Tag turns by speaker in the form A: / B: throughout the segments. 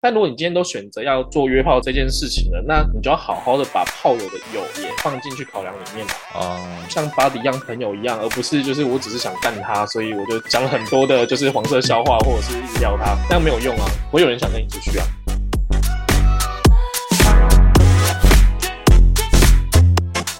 A: 但如果你今天都选择要做约炮这件事情了，那你就要好好的把炮友的友也放进去考量里面，
B: 哦，
A: 像巴迪一样朋友一样，而不是就是我只是想干他，所以我就讲很多的就是黄色笑话或者是一直撩他，那样没有用啊，不会有人想跟你出去啊。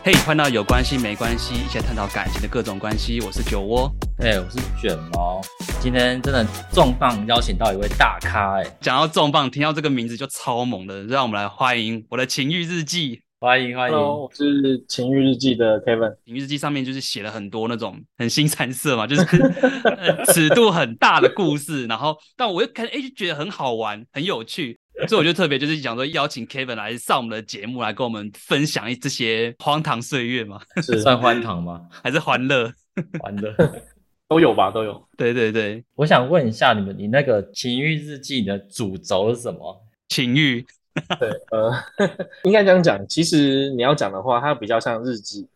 C: 嘿，欢迎到有关系没关系，一起来探讨感情的各种关系。我是酒窝。
B: 哎、我是卷毛，今天真的重磅邀请到一位大咖、哎，
C: 讲到重磅，听到这个名字就超猛的，让我们来欢迎我的情欲日记。
B: 欢迎欢迎
A: Hello，我是情欲日记的 Kevin，
C: 情欲日记上面就是写了很多那种很新三色嘛，就是 呃尺度很大的故事。然后，但我又看，哎，就觉得很好玩，很有趣。所以我就特别就是想说邀请 Kevin 来上我们的节目，来跟我们分享一这些荒唐岁月嘛，
A: 是
B: 算欢堂吗？
C: 还是欢乐？
B: 玩的。
A: 都有吧，都有。
C: 对对对，
B: 我想问一下你们，你那个情欲日记的主轴是什么？
C: 情欲
A: 对，呃， 应该这样讲，其实你要讲的话，它比较像日记，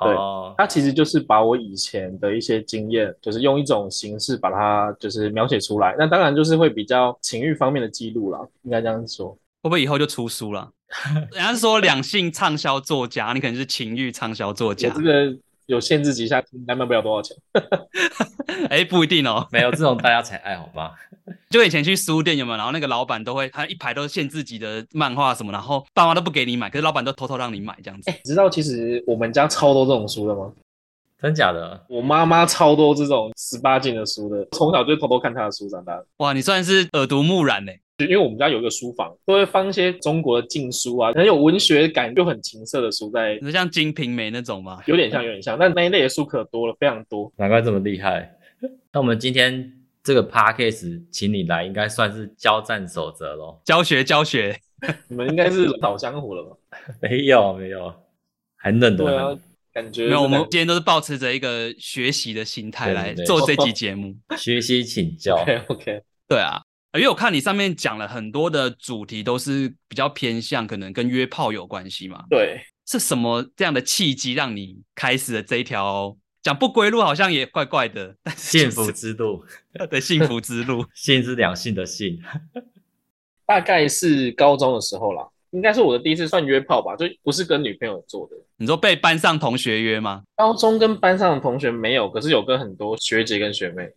A: 对
B: 哦，
A: 它其实就是把我以前的一些经验，就是用一种形式把它就是描写出来。那当然就是会比较情欲方面的记录啦，应该这样说。
C: 会不会以后就出书 了？人家说两性畅销作家，你可能是情欲畅销作
A: 我
C: 家
A: 这，个有限制级下，应该卖不了多少钱。
C: 哎、不一定哦。
B: 没有这种大家才爱好吧？
C: 就以前去书店有没有？然后那个老板都会，他一排都是限制级的漫画什么，然后爸妈都不给你买，可是老板都偷偷让你买这样子。
B: 哎
A: 你知道其实我们家超多这种书的吗？
B: 真假的？
A: 我妈妈超多这种十八禁的书的，从小就偷偷看她的书长大的。
C: 哇，你算是耳濡目染欸嘞、
A: 因为我们家有一个书房，都会放一些中国的禁书啊，很有文学感又很情色的书在
C: 你说像《金瓶梅》那种吗？
A: 有点像，有点像，但那一类的书可多了，非常多。
B: 难怪这么厉害。那我们今天这个 podcast 请你来，应该算是交战守则 咯。
C: 教学教学，
A: 你们应该是老江湖了吧？
B: 没有没有，很冷的。
A: 对啊，感觉
C: 没有，我们
A: 是
C: 今天都是保持着一个学习的心态
B: 对
C: 来
B: 对
C: 做这 集节目。
A: 啊
B: 学习请 教。
A: OK OK，
C: 对啊，因为我看你上面讲了很多的主题都是比较偏向可能跟约炮有关系嘛，
A: 对，
C: 是什么这样的契机让你开始了这一条讲不归路？好像也怪怪的，但是
B: 幸
C: 就
B: 福
C: 是
B: 之路，
C: 的幸福之路。
B: 性是两性的性。
A: 大概是高中的时候啦，应该是我的第一次算约炮吧，就不是跟女朋友做的。
C: 你说被班上同学约吗？
A: 高中跟班上的同学没有，可是有跟很多学姐跟学妹。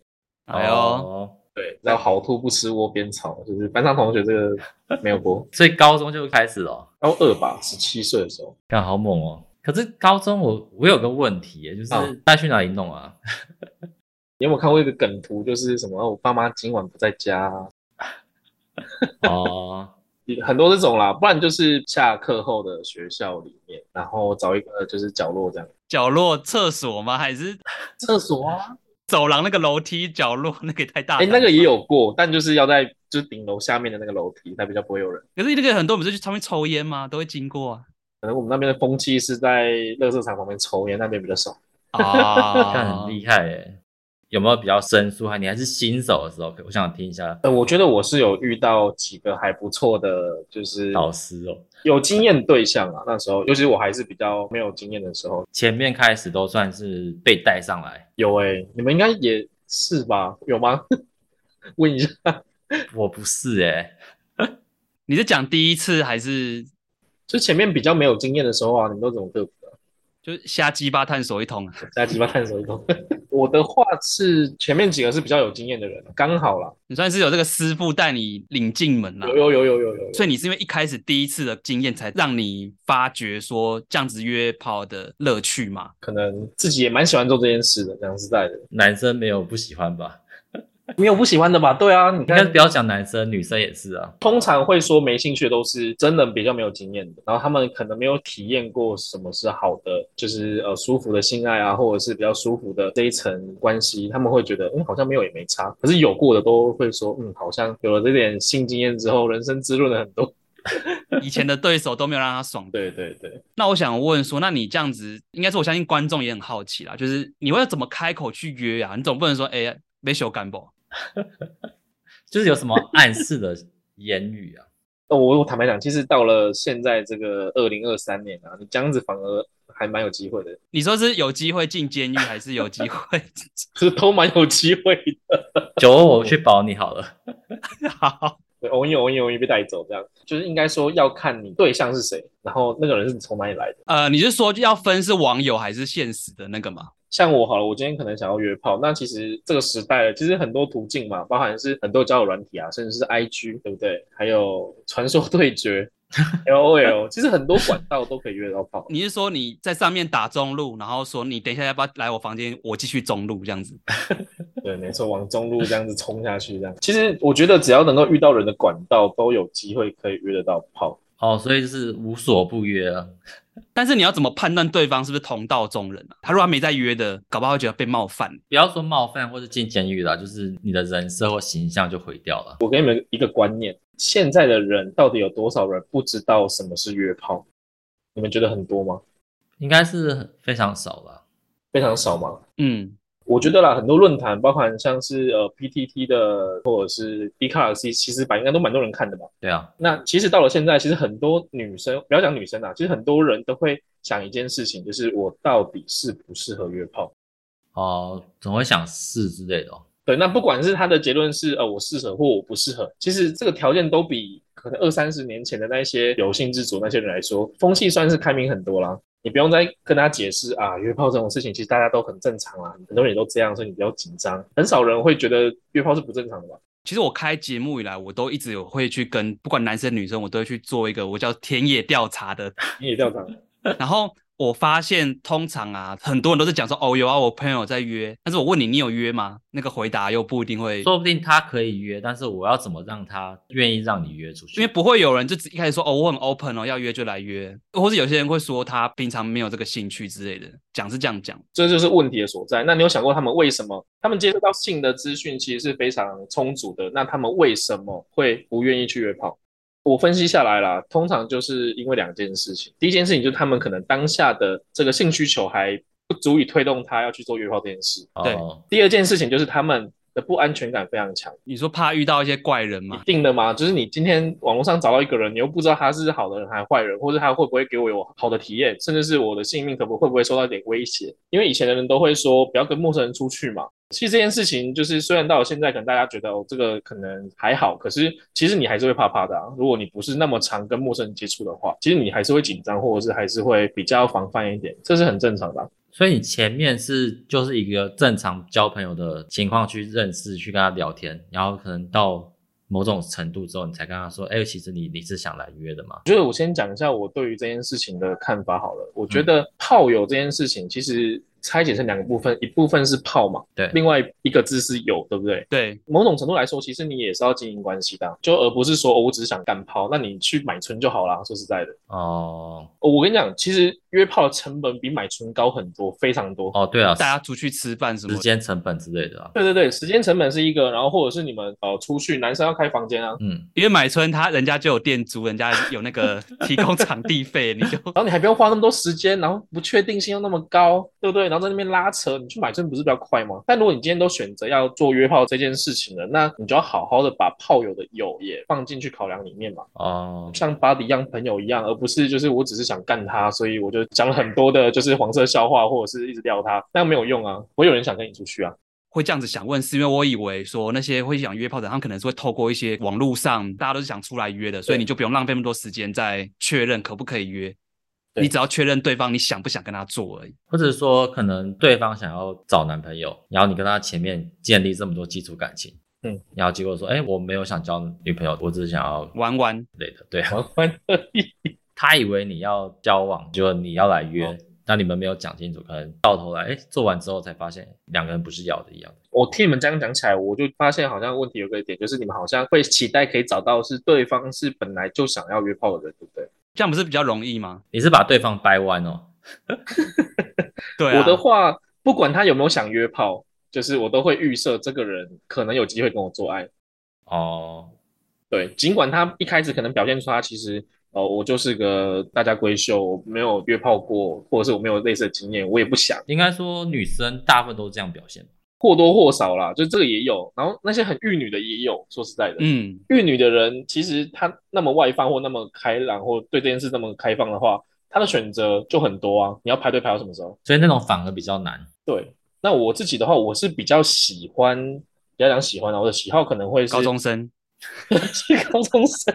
C: 哎呦，
B: 哦，
A: 对，然后好兔不吃窝边草，就是班上同学这个没有过。
B: 所以高中就开始了，
A: 高二吧，十七岁的时候，
B: 看好猛哦。可是高中我我有个问题耶，就是
A: 嗯
B: 带去哪里弄啊？
A: 你有没有看过一个梗图，就是什么、哦我爸妈今晚不在家、啊，
B: 哦，
A: 很多这种啦，不然就是下课后的学校里面，然后找一个就是角落这样，
C: 角落厕所吗？还是
A: 厕所啊，
C: 走廊那个楼梯角落那个也太大？
A: 哎、那个也。有过，但就是要在就是顶楼下面的那个楼梯，它比较不会有人。
C: 可是那个很多我们就去上面抽烟嘛，都会经过啊
A: 可能我们那边的风气是在乐色场旁边抽烟，那边比较少。
C: 啊。啊，
B: 看很厉害耶。有没有比较生疏？还你还是新手的时候，我想听一下
A: 呃，我觉得我是有遇到几个还不错的，就是
B: 老师哦。
A: 有经验对象啊。那时候，尤其是我还是比较没有经验的时候，
B: 前面开始都算是被带上来，
A: 有哎、你们应该也是吧？有吗？ 问一下，
B: 我不是哎，
C: 你是讲第一次还是
A: 就前面比较没有经验的时候啊，你们都怎么克服的？
C: 就瞎鸡巴探索一通啊？
A: 大家鸡巴探索一通。 我的话是前面几个是比较有经验的人，刚好啦，
C: 你算是有这个师傅带你领进门啊啦、
A: 有有有有有有有。
C: 所以你是因为一开始第一次的经验，才让你发觉说这样子约炮的乐趣嘛？
A: 可能自己也蛮喜欢做这件事的，讲实在的，
B: 男生没有不喜欢吧？
A: 没有不喜欢的吧？对啊，你
B: 应该
A: 看，
B: 不要讲男生，女生也是啊。
A: 通常会说没兴趣的都是真的比较没有经验的，然后他们可能没有体验过什么是好的，就是呃舒服的性爱啊，或者是比较舒服的这一层关系，他们会觉得嗯好像没有也没差，可是有过的都会说嗯好像有了这点性经验之后，人生滋润了很多。
C: 以前的对手都没有让他爽
A: 对对对，
C: 那我想问说，那你这样子，应该是我相信观众也很好奇啦，就是你会怎么开口去约啊？你总不能说，哎、没修干不？
B: 就是有什么暗示的言语 啊？
A: 那哦我我坦白讲，其实到了现在这个二零二三年啊，你这样子反而还蛮有机会的，
C: 你说是有机会进监狱，还是有机会？
A: 就是都蛮有机会的。
B: 酒我去保你好了。
C: 好，
A: 对，偶一偶一偶一被带走，这样就是应该说要看你对象是谁，然后那个人是从哪里来的。
C: 呃，你是说要分是网友还是现实的那个吗？
A: 像我好了，我今天可能想要约炮，那其实这个时代其实很多途径嘛，包含是很多交友软体啊，甚至是 IG，对不对？还有传说对决、LOL，其实很多管道都可以约到炮。
C: 你是说你在上面打中路，然后说你等一下要不要来我房间，我继续中路这样子？
A: 对，没错，往中路这样子冲下去，这样。其实我觉得只要能够遇到人的管道，都有机会可以约得到炮。
B: 哦，所以就是无所不约啊。
C: 但是你要怎么判断对方是不是同道中人啊？他如果他没在约的，搞不好会觉得被冒犯。
B: 不要说冒犯或是进监狱啦，就是你的人设或形象就毁掉了。
A: 我给你们一个观念：现在的人到底有多少人不知道什么是约炮？你们觉得很多吗？
B: 应该是非常少了。
A: 非常少吗？
C: 嗯，
A: 我觉得啦，很多论坛，包含像是呃 PTT 的或者是 d c a r 其其实版应该都蛮多人看的吧。
B: 对啊，
A: 那其实到了现在，其实很多女生，不要讲女生啦，其实很多人都会想一件事情，就是我到底适不适合约炮？
B: 哦，总会想试之类的、哦。
A: 对，那不管是他的结论是呃我适合或我不适合，其实这个条件都比可能二三十年前的那些有性之主那些人来说，风气算是开明很多啦。你不用再跟他解释啊，约炮这种事情其实大家都很正常啦，很多人也都这样，所以你不要紧张。很少人会觉得约炮是不正常的吧？
C: 其实我开节目以来，我都一直有会去跟不管男生女生，我都会去做一个我叫田野调查的。
A: 你也这样讲，
C: 然后我发现通常啊，很多人都是讲说哦有啊，我朋友在约，但是我问你你有约吗？那个回答又不一定会，
B: 说不定他可以约，但是我要怎么让他愿意让你约出去？
C: 因为不会有人就只一开始说哦我很 open 哦要约就来约，或是有些人会说他平常没有这个兴趣之类的，讲是这样讲。
A: 这就是问题的所在。那你有想过他们为什么？他们接受到性的资讯其实是非常充足的，那他们为什么会不愿意去约炮？我分析下来啦，通常就是因为两件事情。第一件事情就是他们可能当下的这个性需求还不足以推动他要去做约炮这件事。
B: 哦、
C: 对
A: 第二件事情就是他们的不安全感非常强。
C: 你说怕遇到一些怪人嘛
A: 一？定的嘛，就是你今天网络上找到一个人，你又不知道他是好的人还是坏人，或者他会不会给我有好的体验，甚至是我的性命可不会不会受到一点威胁？因为以前的人都会说不要跟陌生人出去嘛。其实这件事情就是，虽然到了现在，可能大家觉得哦这个可能还好，可是其实你还是会怕怕的啊。如果你不是那么常跟陌生人接触的话，其实你还是会紧张，或者是还是会比较防范一点，这是很正常的啊、
B: 所以你前面是就是一个正常交朋友的情况去认识，去跟他聊天，然后可能到某种程度之后，你才跟他说，哎、其实你你是想来约的嘛？
A: 我觉得我先讲一下我对于这件事情的看法好了。我觉得炮友这件事情其实拆解成两个部分，一部分是炮嘛，
B: 对
A: 另外一个字是友，对不对？
C: 对，
A: 某种程度来说，其实你也是要经营关系的啊，就而不是说、哦我只是想干炮，那你去买春就好啦。说实在的，
B: 哦
A: 哦我跟你讲，其实约炮的成本比买春高很多，非常多。
B: 哦，对啊，
C: 大家出去吃饭什么
B: 时
C: 的，
B: 间成本之类的啊。
A: 对对对，时间成本是一个，然后或者是你们呃出去，男生要开房间啊，
B: 嗯，
C: 因为买春他人家就有店租，人家有 那个提供场地费，你就
A: 然后你还不用花那么多时间，然后不确定性又那么高，对不对？然后在那边拉扯，你去买证不是比较快吗？但如果你今天都选择要做约炮这件事情了，那你就要好好的把炮友的友也放进去考量里面嘛，
B: 哦，
A: 像巴迪一样朋友一样，而不是就是我只是想干他，所以我就讲了很多的就是黄色笑话或者是一直撩他，那样没有用啊，我有人想跟你出去啊，
C: 会这样子想问，是因为我以为说那些会想约炮的人，他们可能是会透过一些网络上大家都是想出来约的，所以你就不用浪费那么多时间在确认可不可以约，
A: 对
C: 你只要确认对方你想不想跟他做而已。
B: 或者说可能对方想要找男朋友，然后你跟他前面建立这么多基础感情，
A: 嗯，
B: 然后结果说，哎、我没有想交女朋友，我只是想要之
C: 玩玩，
B: 类的，对啊，
A: 欢欢乐意。
B: 他以为你要交往，结果你要来约
A: 哦，
B: 那、你们没有讲清楚，可能到头来，哎、做完之后才发现两个人不是要的一样的。
A: 我听你们这样讲起来，我就发现好像问题有个点，就是你们好像会期待可以找到是对方是本来就想要约炮的人，对不对？
C: 这样不是比较容易吗？
B: 你是把对方掰弯哦，
C: 对啊，
A: 我的话，不管他有没有想约炮，就是我都会预设这个人可能有机会跟我做爱。
B: 哦，
A: 对，尽管他一开始可能表现出他其实，呃，我就是个大家闺秀，我没有约炮过，或者是我没有类似的经验，我也不想，
B: 应该说女生大部分都是这样表现。
A: 或多或少啦，就这个也有。然后那些很玉女的也有，说实在的，
C: 嗯，
A: 玉女的人其实她那么外放或那么开朗，或对这件事那么开放的话，她的选择就很多啊。你要排队排到什么时候？
B: 所以那种反而比较难。
A: 对， 那我自己的话，我是比较喜欢，比较讲喜欢啊，我的喜好可能会是
C: 高中生
A: 是高中生。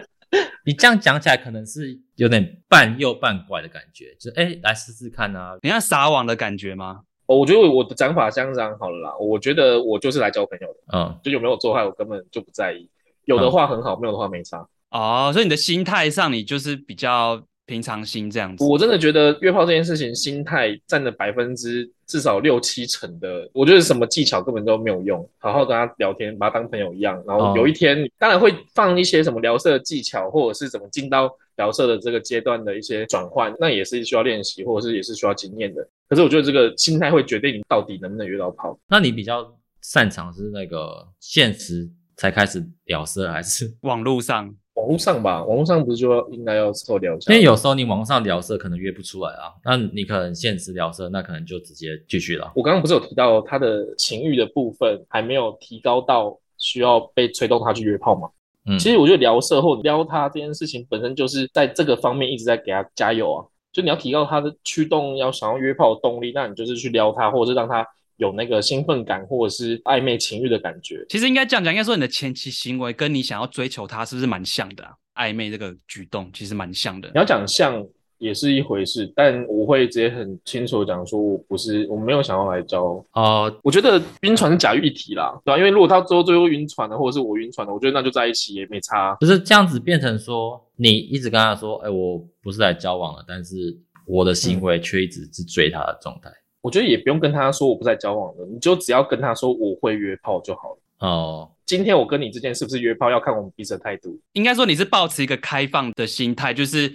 B: 你这样讲起来，可能是有点半诱半拐的感觉，就是哎、诶来试试看啊，
C: 你看撒网的感觉吗？
A: 哦，我觉得我的讲法相当好了啦。我觉得我就是来交朋友的，
B: 嗯，
A: 就有没有做坏我根本就不在意。有
C: 嗯
A: 的话很好，没有的话没差。
C: 哦，所以你的心态上，你就是比较平常心这样子。
A: 我真的觉得约炮这件事情，心态占了百分之至少六七成的。我觉得什么技巧根本都没有用，好好跟他聊天，把他当朋友一样。然后有
B: 哦
A: 一天，当然会放一些什么聊色的技巧，或者是怎么进到聊色的这个阶段的一些转换，那也是需要练习，或者是也是需要经验的。可是我觉得这个心态会决定你到底能不能约到炮。
B: 那你比较擅长是那个现实才开始聊色，还是
C: 网络上，
A: 网络上吧，网络上不是就要应该要凑聊一下？
B: 因为有时候你网上聊色可能约不出来啊，那你可能现实聊色，那可能就直接继续了。
A: 我刚刚不是有提到他的情欲的部分还没有提高到需要被催动他去约炮吗？
B: 嗯，
A: 其实我觉得聊色或撩他这件事情本身就是在这个方面一直在给他加油啊，就你要提高他的驱动，要想要约炮的动力，那你就是去撩他，或者是让他有那个兴奋感或者是暧昧情欲的感觉。
C: 其实应该这样讲，应该说你的前期行为跟你想要追求他是不是蛮像的啊？暧昧这个举动其实蛮像的
A: 你。要讲像也是一回事，但我会直接很清楚地讲说，我不是我没有想要来交
B: 哦、
A: 我觉得晕船是假议题啦，对吧、啊因为如果他最后最后晕船了，或者是我晕船了，我觉得那就在一起也没差。
B: 不是这样子变成说你一直跟他说，哎、我不是来交往了，但是我的
A: 嗯
B: 行为却一直是追他的状态。
A: 我觉得也不用跟他说我不再交往了，你就只要跟他说我会约炮就好了。
B: 哦、
A: 今天我跟你之间是不是约炮，要看我们彼此的态度。
C: 应该说你是抱持一个开放的心态，就是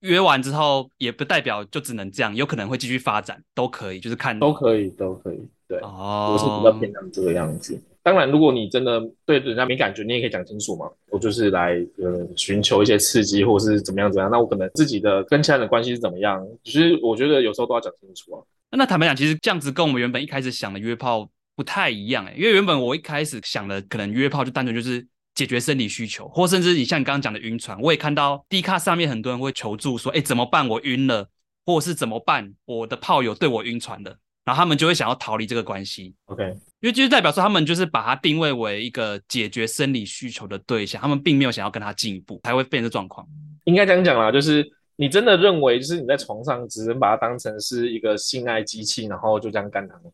C: 约完之后也不代表就只能这样，有可能会继续发展，都可以，就是看
A: 都可以，都可以。对，
C: 哦。
A: 我是比较偏向这个样子。当然，如果你真的对人家没感觉，你也可以讲清楚嘛。我就是来呃寻求一些刺激，或者是怎么样怎么样。那我可能自己的跟其他人的关系是怎么样，其实我觉得有时候都要讲清楚啊。
C: 那坦白讲，其实这样子跟我们原本一开始想的约炮不太一样、欸，因为原本我一开始想的可能约炮就单纯就是解决生理需求，或甚至你像你刚刚讲的晕船，我也看到 D 卡上面很多人会求助说，哎、怎么办？我晕了，或者是怎么办？我的炮友对我晕船了，然后他们就会想要逃离这个关系。
A: OK，
C: 因为就是代表说，他们就是把它定位为一个解决生理需求的对象，他们并没有想要跟他进一步，才会变成这状况。
A: 应该这样讲啦，就是你真的认为，就是你在床上只能把它当成是一个性爱机器，然后就这样干它吗。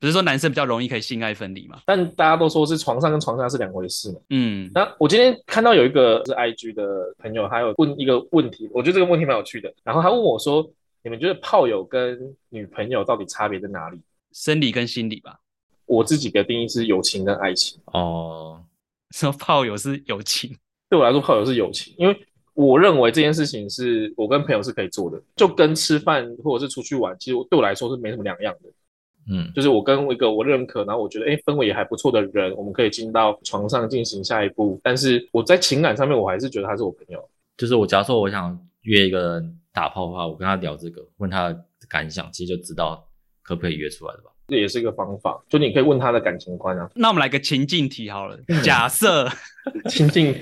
C: 只是说男生比较容易可以性爱分离嘛？
A: 但大家都说是床上跟床下是两回事嘛。
C: 嗯，
A: 那我今天看到有一个是 IG 的朋友，他有问一个问题，我觉得这个问题蛮有趣的。然后他问我说：“你们觉得炮友跟女朋友到底差别在哪里
C: 生理跟心理吧。？”
A: 我自己的定义是友情跟爱情。
B: 哦，
C: 说炮友是友情，
A: 对我来说，炮友是友情，因为我认为这件事情是我跟朋友是可以做的，就跟吃饭或者是出去玩，其实对我来说是没什么两样的。
B: 嗯，
A: 就是我跟一个我认可，然后我觉得哎氛围也还不错的人，我们可以进到床上进行下一步。但是我在情感上面，我还是觉得他是我朋友。
B: 就是我假如说我想约一个人打炮的话，我跟他聊这个，问他的感想，其实就知道可不可以约出来了吧？
A: 这也是一个方法，就你可以问他的感情观啊，
C: 那我们来个情境题好了。假设
A: 亲近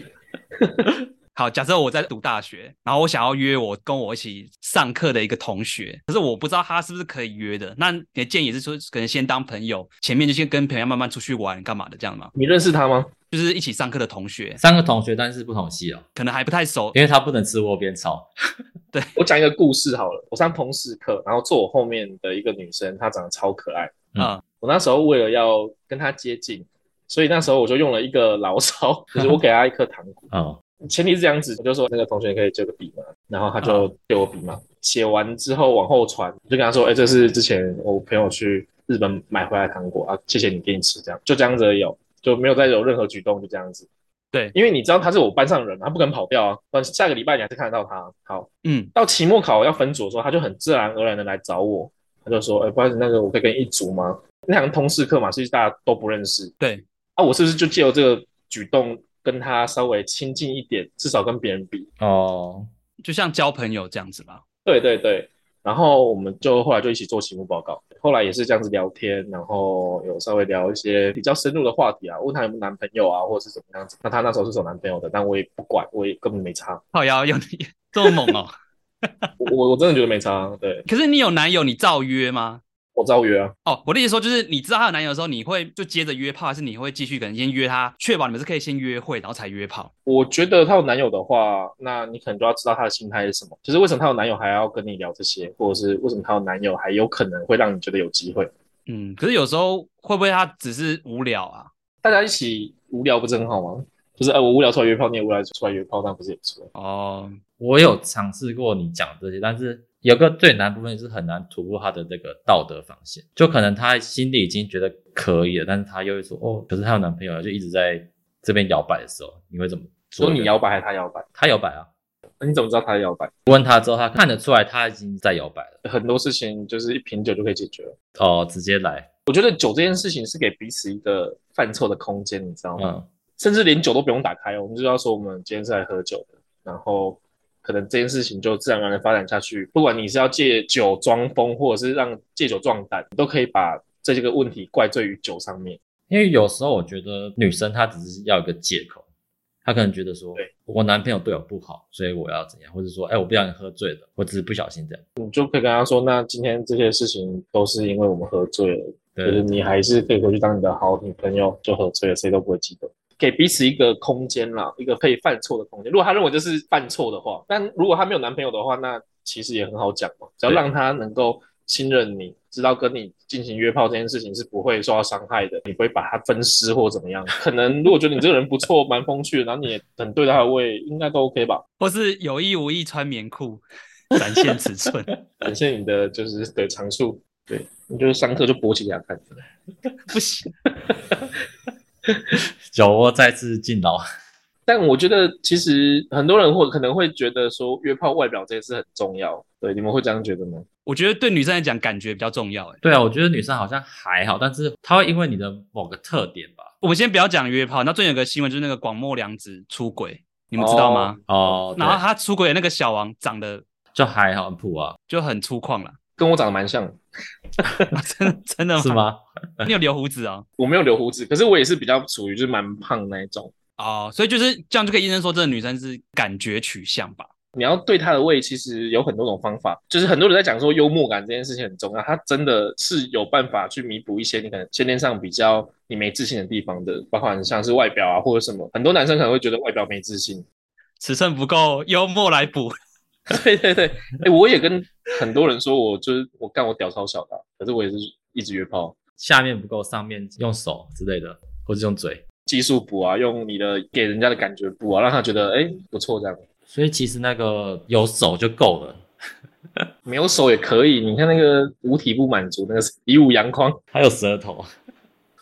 C: 好，假设我在读大学，然后我想要约我跟我一起上课的一个同学，可是我不知道他是不是可以约的。那你的建议是说，可能先当朋友，前面就先跟朋友慢慢出去玩，干嘛的这样吗？
A: 你认识他吗？
C: 就是一起上课的同学，
B: 三个同学，但是不同系哦，
C: 可能还不太熟。
B: 因为他不能吃窝边草。
A: 我讲一个故事好了，我上通识课，然后坐我后面的一个女生，她长得超可爱。
C: 嗯，
A: 我那时候为了要跟她接近，所以那时候我就用了一个牢骚，就是我给她一颗糖果，
B: 哦，
A: 前提是这样子，我就说那个同学可以借个笔嘛，然后他就借我笔嘛，写完之后往后传，我就跟他说，哎、这是之前我朋友去日本买回来的糖果啊，谢谢你，给你吃，这样就这样子而已哦，就没有再有任何举动，就这样子。
C: 对
A: 因为你知道他是我班上人嘛，他不肯跑掉啊，不然下个礼拜你还是看得到他。好，
C: 嗯，
A: 到期末考要分组的时候，他就很自然而然的来找我，他就说，哎、不好意思，那个我可以跟你一组吗？那堂通识课嘛，其实大家都不认识，
C: 对，
A: 啊，我是不是就借由这个举动跟他稍微亲近一点，至少跟别人比？
B: 哦，
C: 就像交朋友这样子吧。
A: 对对对。然后我们就后来就一起做期末报告，后来也是这样子聊天，然后有稍微聊一些比较深入的话题啊，问他有没有男朋友啊，或者是怎么样子。那他那时候是有男朋友的，但我也不管，我也根本没差，
C: 靠腰有你这么猛哦？
A: 我我我真的觉得没差。对
C: 可是你有男友，你照约吗？
A: 我照约啊，
C: 哦，我的意思说就是你知道她有男友的时候，你会就接着约炮，还是你会继续可能先约她，确保你们是可以先约会，然后才约炮？
A: 我觉得她有男友的话，那你可能就要知道她的心态是什么，就是为什么她有男友还要跟你聊这些，或者是为什么她有男友还有可能会让你觉得有机会。
C: 嗯，可是有时候会不会她只是无聊啊？
A: 大家一起无聊不是很好吗？就是哎、我无聊出来约炮，你也无聊出来约炮，那不是也不错？
C: 哦，
B: 我有尝试过你讲这些，但是有个最难的部分就是很难突破他的这个道德防线，就可能他心里已经觉得可以了，但是他又会说哦，可是她有男朋友了，就一直在这边摇摆的时候，你会怎么做？
A: 说你摇，摆还是他摇摆？
B: 他摇摆啊。
A: 那你怎么知道他在摇摆？
B: 问他之后，他看得出来他已经在摇摆了，
A: 很多事情就是一瓶酒就可以解决了。
B: 哦，直接来，
A: 我觉得酒这件事情是给彼此一个犯错的空间，你知道吗？
B: 嗯，
A: 甚至连酒都不用打开哦，我们就要说我们今天是来喝酒的，然后可能这件事情就自然而然发展下去。不管你是要借酒装疯，或者是让借酒壮胆，你都可以把这些个问题怪罪于酒上面。
B: 因为有时候我觉得女生她只是要有一个借口，她可能觉得说
A: 对，
B: 我男朋友对我不好，所以我要怎样，或者说，哎，我不小心喝醉了，我只是不小心这样，
A: 你就可以跟他说，那今天这些事情都是因为我们喝醉了，就是
B: 对，
A: 你还是可以回去当你的好女朋友，就喝醉了，谁都不会记得。给彼此一个空间啦，一个可以犯错的空间。如果他认为这是犯错的话，但如果他没有男朋友的话，那其实也很好讲嘛，只要
B: 对
A: 让他能够信任你，知道跟你进行约炮这件事情是不会受到伤害的，你不会把他分尸或怎么 样。可能如果觉得你这个人不错，蛮风趣的，然后你也很对他的胃，应该都 OK 吧？
C: 或是有意无意穿棉裤展现尺寸，
A: 展现你的就是对长处，对你就是上课就勃起给他看。
C: 不行。
B: 酒窝再次进牢，
A: 但我觉得，其实很多人会可能会觉得说，约炮外表这件事很重要。对，你们会这样觉得吗？
C: 我觉得对女生来讲，感觉比较重要。哎，
B: 对啊，我觉得女生好像还好，但是她会因为你的某个特点吧。
C: 我们先不要讲约炮，那最近有个新闻就是那个广末凉子出轨，你们知道吗？
B: 哦，
C: 然后
B: 对
C: 她出轨的那个小王长得
B: 就还好，很普啊，
C: 就很粗犷 了，
A: 跟我长得蛮像的，
C: 真真的
B: 是？吗？
C: 你有留胡子哦。
A: 我没有留胡子，可是我也是比较属于就是蛮胖那一种。
C: 哦，所以就是这样就可以验证说，这个女生是感觉取向吧？
A: 你要对他的胃，其实有很多种方法，就是很多人在讲说幽默感这件事情很重要，他真的是有办法去弥补一些你可能先天上比较你没自信的地方的，包含像是外表啊或者什么，很多男生可能会觉得外表没自信，
C: 尺寸不够，幽默来补。
A: 对对对，哎、我也跟很多人说我就是我干我屌超小的啊、可是我也是一直约炮。
B: 下面不够，上面用手之类的，或是用嘴。
A: 技术补啊，用你的给人家的感觉补啊，让他觉得哎、诶不错这样。
B: 所以其实那个有手就够了，
A: 没有手也可以，你看那个五体不满足那个以武扬匡，
B: 还有舌头，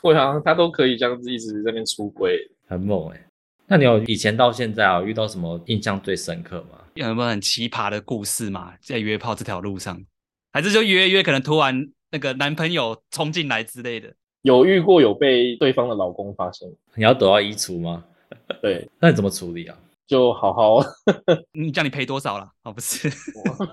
A: 会啊，他都可以这样子一直在那边出轨。
B: 很猛哎、那你有以前到现在啊，有遇到什么印象最深刻吗？
C: 有没有很奇葩的故事嘛？在约炮这条路上，还是就约一约，可能突然那个男朋友冲进来之类的。
A: 有遇过有被对方的老公发现，
B: 你要躲到衣橱吗？
A: 对，
B: 那你怎么处理啊？
A: 就好好，
C: 你嗯叫你赔多少了？哦，不是，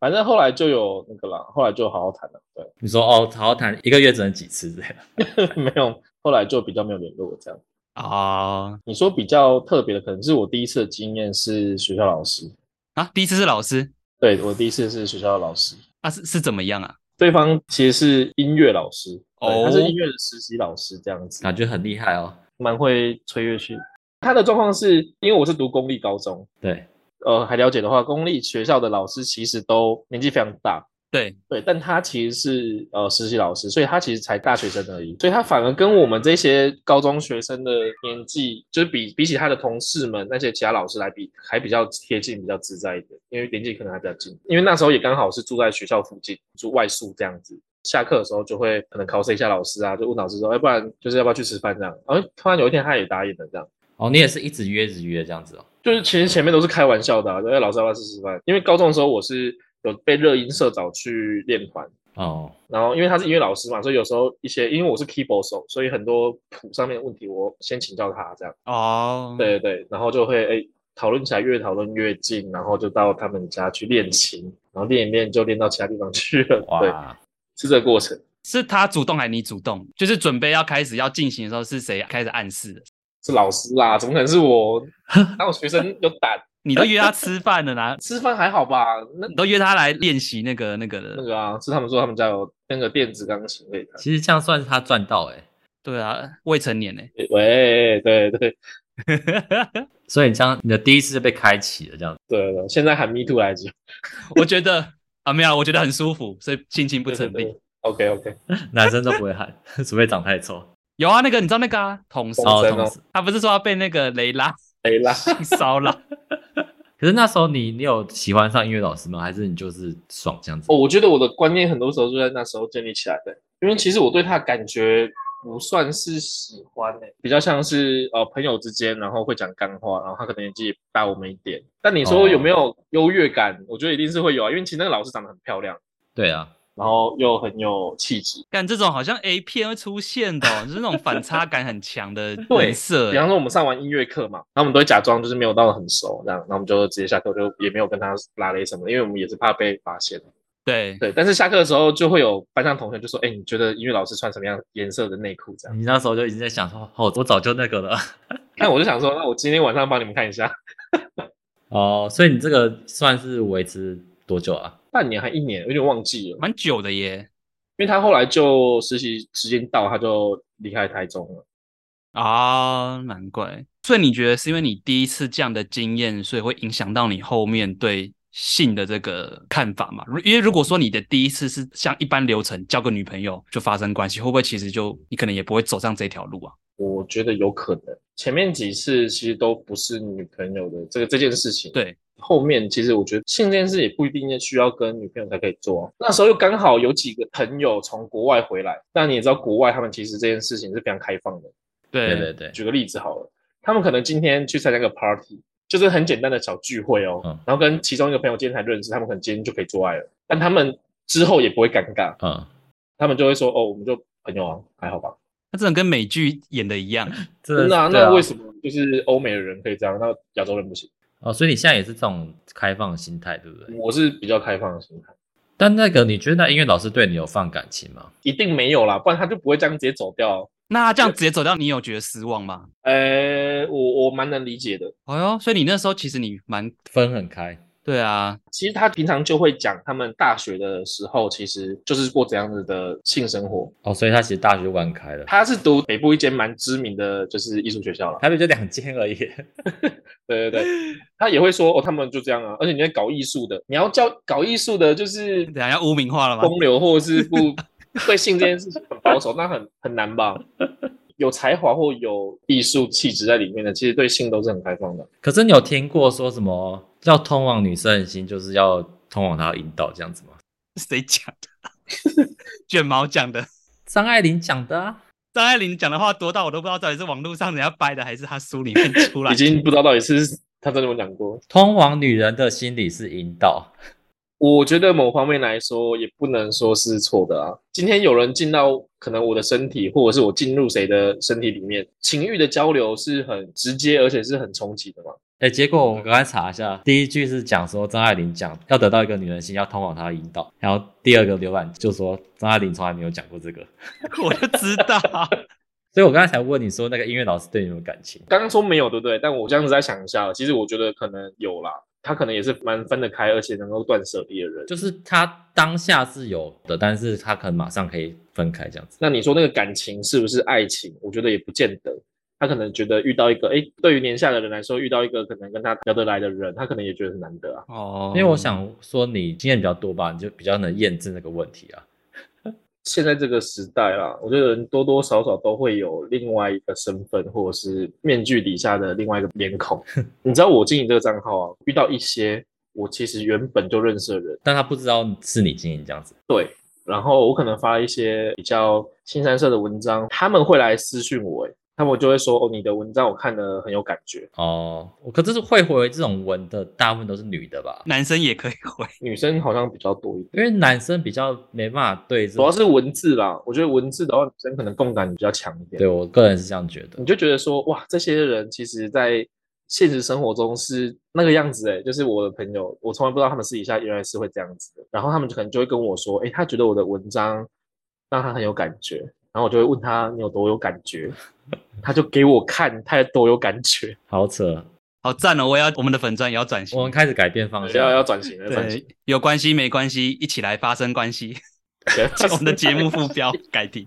A: 反正后来就有那个啦，后来就好好谈了，
B: 你说哦，好好谈，一个月只能几次这样？
A: 对， 没有，后来就比较没有联络这样。
C: 啊
A: 你说比较特别的，可能是我第一次的经验是学校老师，
C: 啊！第一次是老师
A: 对我第一次是学校的老师，
C: 啊，是是怎么样啊？
A: 对方其实是音乐老师，对
C: 哦
A: 他是音乐的实习老师这样子，
B: 感觉很厉害哦。
A: 蛮会吹乐器。他的状况是因为我是读公立高中，
B: 对，
A: 呃，还了解的话，公立学校的老师其实都年纪非常大，
C: 对，
A: 对，但他其实是呃实习老师，所以他其实才大学生而已，所以他反而跟我们这些高中学生的年纪，就是比比起他的同事们那些其他老师来比，还比较贴近，比较自在一点，因为年纪可能还比较近，因为那时候也刚好是住在学校附近，住外宿这样子。下课的时候就会可能 cos 一下老师啊，就问老师说，要不然就是要不要去吃饭这样。然后突然有一天他也答应了这样，
B: 哦，你也是一直约，一直约这样子哦。
A: 就是其实前面都是开玩笑的、啊，就哎老师要不要吃吃饭？因为高中的时候我是有被热音社找去练团，
B: 哦，
A: 然后因为他是音乐老师嘛，所以有时候一些因为我是 keyboard 手，所以很多谱上面的问题我先请教他这样。
C: 哦，，
A: 对对对，然后就会哎讨论起来，越讨论越近，然后就到他们家去练琴，然后练一练就练到其他地方去了。对，
B: 哇，
A: 是这个过程。
C: 是他主动还是你主动？就是准备要开始要进行的时候，是谁开始暗示的？
A: 是老师啦，怎么可能是我？哪有学生有胆？
C: 你都约他吃饭了 啦，
A: 吃饭还好吧？那
C: 你都约他来练习那个那个
A: 那
C: 的，
A: 个啊，是他们说他们家有那个电子钢琴擂台。
B: 其实这样算是他赚到哎、
C: 对啊，未成年呢、
A: 喂，对对
B: 所以你这样你的第一次就被开启了这样子。
A: 对对，现在喊 Me Too 来着，
C: 我觉得啊没有啊，我觉得很舒服，所以心情不
A: 对对
C: 成病。
A: 对 OK OK，
B: 男生都不会喊， 除非长太丑。
C: 有啊，那个你知道那个啊，捅
A: 哦
C: 骚，
B: 然
A: 真
B: 后同时，
C: 他不是说要被那个雷拉
A: 没啦。
C: 性骚扰？
B: 可是那时候你你有喜欢上音乐老师吗？还是你就是爽这样子？
A: 哦，我觉得我的观念很多时候就在那时候建立起来的，因为其实我对他的感觉不算是喜欢诶、比较像是呃朋友之间，然后会讲干话，然后他可能年纪大我们一点。但你说有没
C: 哦
A: 有优越感？我觉得一定是会有啊，因为其实那个老师长得很漂亮，
B: 对啊，
A: 然后又很有气质。
C: 干这种好像 A 片会出现的、哦，就是那种反差感很强的
A: 对
C: 人设
A: 比
C: 欸。
A: 方说我们上完音乐课嘛，然后我们都会假装就是没有到很熟这样，然后我们就直接下课就也没有跟他拉雷什么的，因为我们也是怕被发现。
C: 对，
A: 对，但是下课的时候就会有班上同学就说：“哎、你觉得音乐老师穿什么样颜色的内裤？”这样。
B: 你那时候就已经在想说，哦，我早就那个了。
A: 那我就想说，那我今天晚上帮你们看一下，
B: 哦，所以你这个算是维持多久啊？
A: 半年还一年，有点忘记了，
C: 蛮久的耶
A: 因为他后来就实习时间到，他就离开台中了。
C: 啊，难怪。所以你觉得是因为你第一次这样的经验，所以会影响到你后面对性的这个看法嘛？如因为如果说你的第一次是像一般流程交个女朋友就发生关系，会不会其实就你可能也不会走上这条路啊？
A: 我觉得有可能，前面几次其实都不是女朋友的这个这件事情。
C: 对，
A: 后面其实我觉得性这件事也不一定需要跟女朋友才可以做啊。那时候又刚好有几个朋友从国外回来，那你也知道国外他们其实这件事情是非常开放的。
B: 对对对，
A: 举个例子好了，他们可能今天去参加个 party，就是很简单的小聚会哦，
B: 嗯
A: 然后跟其中一个朋友今天才认识，他们可能今天就可以做爱了，但他们之后也不会尴尬，
B: 嗯，
A: 他们就会说哦，我们就朋友啊，还好吧。
C: 那这种跟美剧演的一样，
B: 真的是
A: 那、
B: 对啊
A: 那为什么就是欧美的人可以这样，那亚洲人不行？
B: 哦，所以你现在也是这种开放的心态，对不对？
A: 我是比较开放的心态，
B: 但那个你觉得那音乐老师对你有放感情吗？
A: 一定没有啦，不然他就不会这样直接走掉。哦
C: 那他这样直接走掉，你有觉得失望吗？
A: 呃，我我蛮能理解的。
C: 哎呦，所以你那时候其实你蛮
B: 分很开，
C: 对啊，
A: 其实他平常就会讲，他们大学的时候其实就是过怎样子的性生活，
B: 哦，所以他其实大学就玩开了，
A: 他是读北部一间蛮知名的就是艺术学 校了，
B: 台北就两间而已。
A: 对对对，他也会说哦，他们就这样啊，而且你在搞艺术的，你要教搞艺术的，就是
C: 等一下要污名化了吗？
A: 风流或者是不对性这件事情很保守，那很很难吧？有才华或有艺术气质在里面的，其实对性都是很开放的。
B: 可是你有听过说什么要通往女生的心，就是要通往她的引导这样子吗？
C: 谁讲的？ 卷毛讲的。
B: 张爱玲讲的啊，
C: 张爱玲讲的话多到我都不知道到底是网络上人家掰的，还是她书里面出来
A: 已
C: 的。
A: 经不知道到底是他真的有没有讲过。
B: 通往女人的心理是引导，
A: 我觉得某方面来说，也不能说是错的啊。今天有人进到可能我的身体，或者是我进入谁的身体里面，情欲的交流是很直接，而且是很冲击的嘛。
B: 哎、结果我刚才查一下，第一句是讲说张爱玲讲要得到一个女人心，要通往她的引导，然后第二个浏览就说张爱玲从来没有讲过这个，
C: 我就知道，
B: 所以我刚才才问你说那个音乐老师对你有没有感情？
A: 刚刚说没有，对不对？但我这样子再想一下，其实我觉得可能有啦。他可能也是蛮分得开，而且能够断舍离的人。
B: 就是他当下是有的，但是他可能马上可以分开这样子。
A: 那你说那个感情是不是爱情？我觉得也不见得。他可能觉得遇到一个，哎，对于年下的人来说，遇到一个可能跟他聊得来的人，他可能也觉得很难得啊。
C: 哦
B: 因为我，想说你经验比较多吧，你就比较能验证这个问题啊。
A: 现在这个时代啦，我觉得人多多少少都会有另外一个身份，或者是面具底下的另外一个脸孔。你知道我经营这个账号啊，遇到一些我其实原本就认识的人，
B: 但他不知道是你经营这样子，
A: 对，然后我可能发一些比较新三色的文章，他们会来私讯我，诶，他们就会说哦，你的文章我看了很有感觉。
B: 哦，我可是会回这种文的，大部分都是女的吧，
C: 男生也可以回，
A: 女生好像比较多一点，
B: 因为男生比较没办法对这
A: 主要
B: 种。
A: 是文字啦，我觉得文字的话，女生可能共感比较强一点
B: 对。我个人是这样觉得
A: 你，就觉得说，哇，这些人其实在现实生活中是那个样子诶，就是我的朋友，我从来不知道他们私底下原来是会这样子的。然后他们就可能就会跟我说，诶，他觉得我的文章让他很有感觉，然后我就会问他你有多有感觉，他就给我看，他多有感觉，
B: 好扯。
C: 好赞哦！我也要我们的粉钻也要转型
B: 我，们开始改变方向
A: 啊要，要转型了，转型
C: 对，有关系没关系，一起来发生关系。我们的节目副标改题，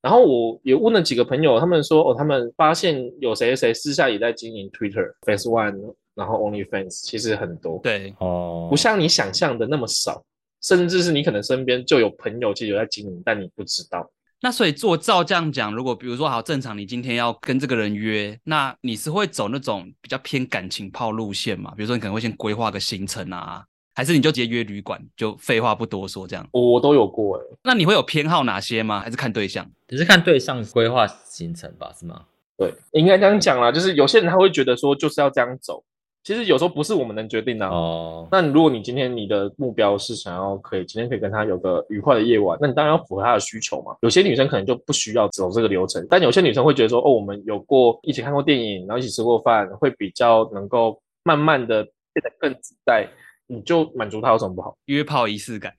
A: 然后我也问了几个朋友，他们说哦，他们发现有谁谁私下也在经营 Twitter、Face One，然后 OnlyFans，其实很多，，
C: 对，
B: 哦，
A: 不像你想象的那么少，甚至是你可能身边就有朋友其实有在经营，但你不知道。
C: 那所以做照这样讲，如果比如说好正常，你今天要跟这个人约，那你是会走那种比较偏感情炮路线嘛？比如说你可能会先规划个行程啊，还是你就直接约旅馆，就废话不多说这样？
A: 我我都有过哎、
C: 那你会有偏好哪些吗？还是看对象？
B: 只是看对象规划行程吧，是吗？
A: 对，应该这样讲啦，就是有些人他会觉得说就是要这样走，其实有时候不是我们能决定的、哦
B: 哦，
A: 那如果你今天你的目标是想要可以今天可以跟他有个愉快的夜晚，那你当然要符合他的需求嘛。有些女生可能就不需要走这个流程，但有些女生会觉得说，哦，我们有过一起看过电影，然后一起吃过饭，会比较能够慢慢的变得更自在，你就满足他有什么不好？
C: 约炮仪式感，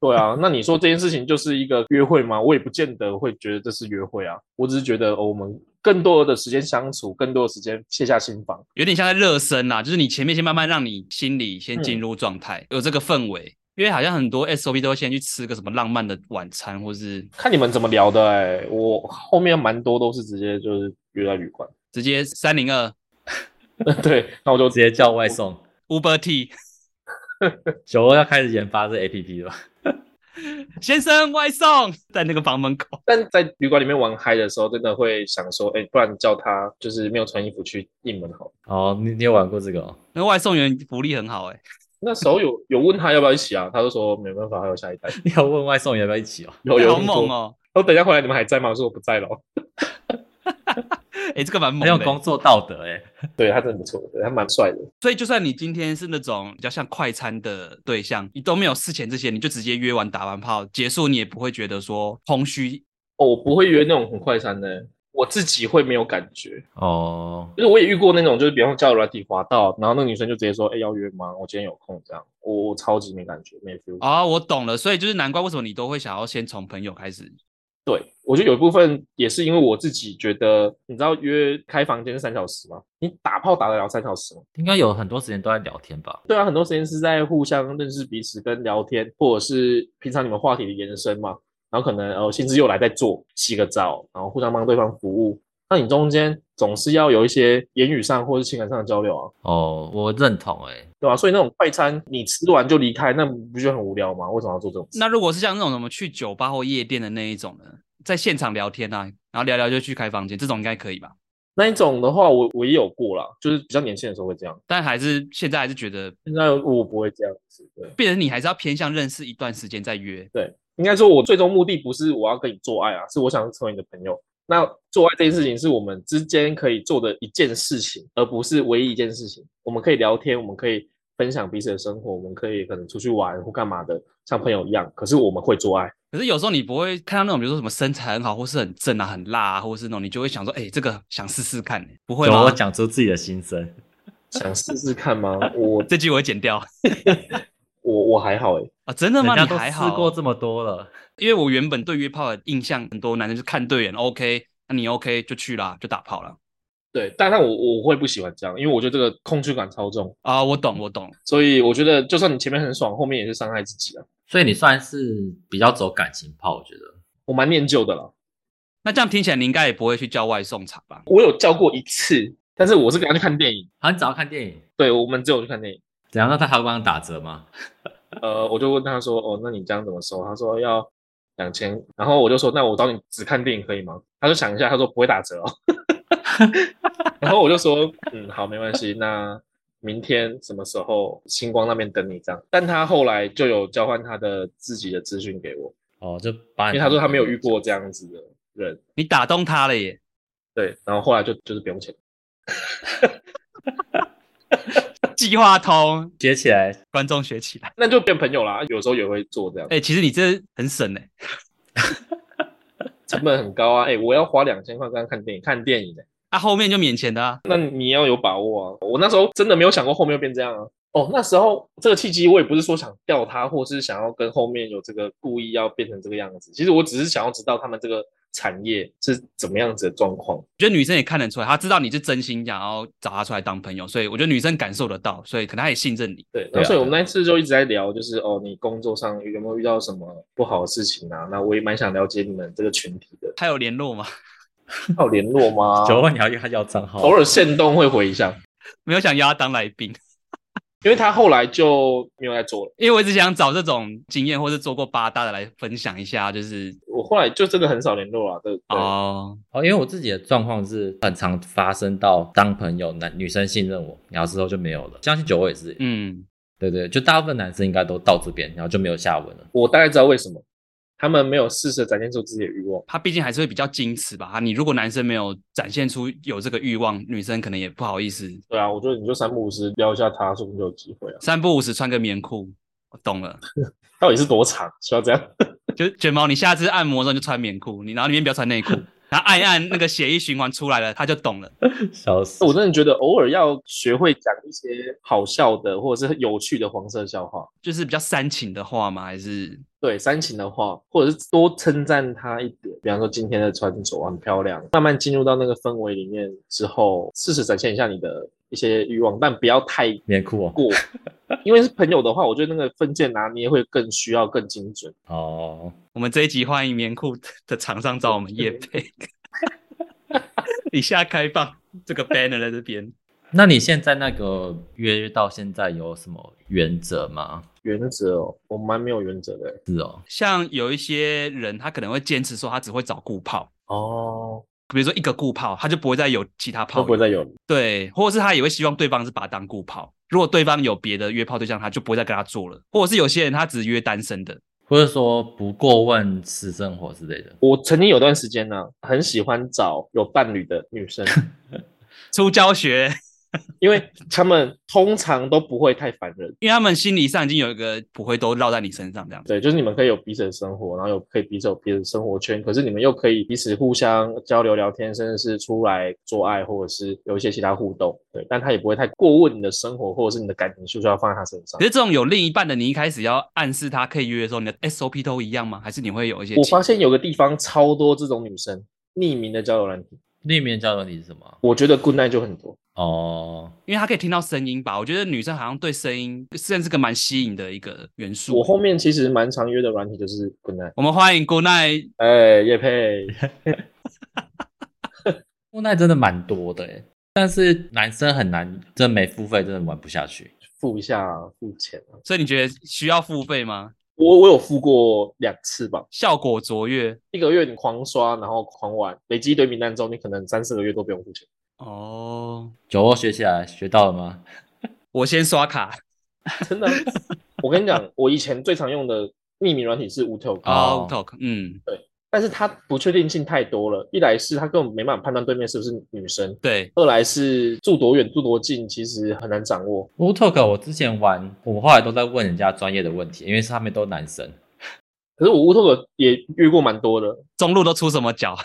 A: 对啊，那你说这件事情就是一个约会吗？我也不见得会觉得这是约会啊，我只是觉得、哦、我们更多的时间相处，更多的时间卸下心防。
C: 有点像在热身啊啦，就是你前面先慢慢让你心里先进入状态，有这个氛围。因为好像很多 SOP 都会先去吃个什么浪漫的晚餐，或是
A: 看你们怎么聊的哎、我后面蛮多都是直接就是约在旅馆。
C: 直接三零二
A: 对，那我就
B: 直接叫外送。
C: Uber T
B: 九欧要开始研发这 A P P 了吧，
C: 先生外送，在那个房门口。
A: 但在旅馆里面玩嗨的时候，真的会想说，哎、不然叫他就是没有穿衣服去应门好了。
B: 哦，你你有玩过这个哦？
C: 那外送员福利很好哎、
A: 那时候有有问他要不要一起啊，他就说没办法，还有下一 单。
B: 你有问外送 员要不要一起哦？
A: 有有
C: 好猛！哦、
A: 我等一下回来你们还在吗？我说我不在了。
C: 哎、这个蛮猛
B: 很
C: 的、
B: 有工作道德哎。
A: 对他真的不错，对他蛮帅的。
C: 所以就算你今天是那种比较像快餐的对象，你都没有事前这些，你就直接约完打完炮结束，你也不会觉得说空虚。
A: 哦，我不会约那种很快餐的，我自己会没有感觉。
B: 哦，
A: 就是我也遇过那种，就是比方说叫软体滑到，然后那个女生就直接说，哎、要约吗？我今天有空这样。我我超级没感觉，没 feel。
C: 哦，我懂了，所以就是难怪为什么你都会想要先从朋友开始。
A: 对，我觉得有一部分也是因为我自己觉得，你知道约开房间是三小时吗？你打炮打得了三小时吗？
B: 应该有很多时间都在聊天吧？
A: 对啊，很多时间是在互相认识彼此跟聊天，或者是平常你们话题的延伸嘛。然后可能呃，先是又来再做，洗个澡，然后互相帮对方服务。那你中间总是要有一些言语上或是情感上的交流啊，
B: 哦，我认同哎。
A: 对吧、所以那种快餐你吃完就离开，那不就很无聊吗？为什么要做这种事？
C: 那如果是像那种什么去酒吧或夜店的那一种呢，在现场聊天啊，然后聊聊就去开房间，这种应该可以吧？
A: 那一种的话，我我也有过啦，就是比较年轻的时候会这样，
C: 但还是现在还是觉得，
A: 现在我不会这样子。对，
C: 变成你还是要偏向认识一段时间再约。
A: 应该说，我最终目的不是我要跟你做爱啊，是我想成为你的朋友。那做爱这件事情是我们之间可以做的一件事情，而不是唯一一件事情。我们可以聊天，我们可以分享彼此的生活，我们可以可能出去玩或干嘛的，像朋友一样。可是我们会做爱，
C: 可是有时候你不会看到那种，比如说什么身材很好，或是很正啊、很辣啊，或是那种，你就会想说，哎、这个想试试看、欸不会
B: 九欧
C: 吗？
B: 讲出自己的心声。
A: 想试试看吗？我
C: 这句我会剪掉
A: 我我还好诶、欸
C: 啊，真的吗？
B: 人
C: 你
B: 家都
C: 还
B: 试过
C: 好？
B: 这么多了，
C: 因为我原本对约炮的印象，很多男生就看对眼，OK，那你 OK 就去啦，就打炮了。
A: 对，但但我我会不喜欢这样，因为我觉得这个空虚感超重，
C: 啊，我懂，我懂，
A: 所以我觉得就算你前面很爽，后面也是伤害自己啊。
B: 所以你算是比较走感情派，我觉得。
A: 我蛮念旧的啦，
C: 那这样听起来你应该也不会去叫外送茶吧？
A: 我有叫过一次，但是我是跟他去看电影，
B: 好，你只要看电影，
A: 对我们只有去看电影。
B: 怎样？那他还会帮你打折吗？
A: 呃，我就问他说，哦，那你这样怎么收？他说要两千，然后我就说，那我找你只看电影可以吗？他就想一下，他说不会打折哦， 然后我就说，嗯，好，没关系，那明天什么时候星光那边等你这样？但他后来就有交换他的自己的资讯给我，
B: 哦，就把
A: 因
B: 你。
A: 为他说他没有遇过这样子的人，
C: 你打动他了耶！
A: 对，然后后来就就是不用钱，
C: 计划通，
B: 接起来，
C: 观众学起来。
A: 那就变朋友啦，有时候也会做这样，
C: 哎、其实你这很省哎、
A: 成本很高啊，哎、我要花两千块跟他看电影，看电影的、
C: 啊，后面就免钱的啊。
A: 那你要有把握啊！我那时候真的没有想过后面会变这样啊。哦，那时候这个契机，我也不是说想钓他，或是想要跟后面有这个故意要变成这个样子。其实我只是想要知道他们这个产业是怎么样子的状况。
C: 我觉得女生也看得出来，她知道你是真心想要找她出来当朋友，所以我觉得女生感受得到，所以可能她也信任你。
A: 对，
B: 对
A: 然后
B: 啊
A: 所以我们那一次就一直在聊，就是哦，你工作上有没有遇到什么不好的事情啊？那我也蛮想了解你们这个群体的，
C: 还有联络吗？
A: 还有联络 吗？
B: 九问你要要要账号，
A: 偶尔限动会回一下，
C: 没有想邀她当来宾，
A: 因为他后来就没有再做了。
C: 因为我一直想找这种经验或是做过八大的来分享一下，就是
A: 我后来就真的很少联络了，对对。
C: 哦，
B: 哦，因为我自己的状况是很常发生到当朋友男女生信任我，然后之后就没有了。相信九我也是，
C: 嗯，
B: 对对，就大部分男生应该都到这边，然后就没有下文了。
A: 我大概知道为什么他们没有适时地展现出自己的欲望。
C: 她毕竟还是会比较矜持吧。啊你如果男生没有展现出有这个欲望，女生可能也不好意思。
A: 对啊，我觉得你就三不五时撩一下他，说不定就有机会啊。
C: 三不五时穿个棉裤，我懂了。
A: 到底是多长需要这样？
C: 就是卷毛，你下次按摩的时候就穿棉裤，你然后里面不要穿内裤，然后按一按那个血液循环出来了，他就懂了。
B: 笑死！
A: 我真的觉得偶尔要学会讲一些好笑的或者是有趣的黄色笑话。
C: 就是比较煽情的话嘛，还是
A: 对煽情的话，或者是多称赞他一点，比方说今天的穿着很漂亮，慢慢进入到那个氛围里面之后，适时展现一下你的一些欲望，但不要太
B: 棉裤哦，
A: 过， 因为是朋友的话，我觉得那个分界拿捏会更需要更精准。
B: 哦，
C: 我们这一集欢迎棉裤的厂商找我们叶配， 以下开放这个 banner 在这边。
B: 那你现在那个约到现在有什么原则吗？
A: 原则哦，我蛮没有原则的欸。
B: 是哦，
C: 像有一些人，他可能会坚持说他只会找顾炮，
A: 哦，
C: 比如说一个顾炮，他就不会再有其他
A: 会
C: 炮
A: 不会
C: 友，
A: 再有了？
C: 对，或者是他也会希望对方是把他当顾炮。如果对方有别的约炮对象，他就不会再跟他做了。或者是有些人他只约单身的，
B: 或者说不过问私生活之类的，
A: 我曾经有段时间呢、很喜欢找有伴侣的女 生，
C: 出教学，
A: 因为她们通常都不会太烦人。
C: 因为他们心理上已经有一个不会都绕在你身上这样子。
A: 对，就是你们可以有彼此的生活，然后有可以彼此有彼此的生活圈，可是你们又可以彼此互相交流聊天，甚至是出来做爱，或者是有一些其他互动。对，但他也不会太过问你的生活，或者是你的感情需不需要放在他身上
C: 可。是这种有另一半的，你一开始要暗示他可以约的时候，你的 SOP 都一样吗？还是你会有一些
A: 我
C: 情？
A: 发现有个地方超多这种女生匿名的交友软体，
B: 另一面交流你是什么？
A: 我觉得 Good Night 就很多。
B: 哦，
C: 因为他可以听到声音吧？我觉得女生好像对声音算是个蛮吸引的一个元素。
A: 我后面其实蛮常约的软体就是 Good Night。
C: 我们欢迎 Good Night，
A: 哎，叶佩，
B: 无奈真的蛮多的诶，但是男生很难，真没付费真的玩不下去。
A: 付一下付钱啊！
C: 所以你觉得需要付费吗？
A: 我我有付过两次吧，
C: 效果卓越
A: 一个月你狂刷，然后狂玩，累积一堆名单之后，你可能三四个月都不用付钱。
C: 哦。
B: 酒窝学起来学到了吗？
C: 我先刷卡
A: 真的 啊，我跟你讲，我以前最常用的匿名软体是 Utalk，、
B: 啊哦
C: o Talk，嗯，
A: 但是它不确定性太多了。一来是它根本没办法判断对面是不是女生，
C: 对，
A: 二来是住多远、住多近，其实很难掌握。
B: w Talk 我之前玩，我后来都在问人家专业的问题，因为是他们都男生。
A: 可是我 Utalk 也遇过蛮多的，
C: 中路都出什么脚？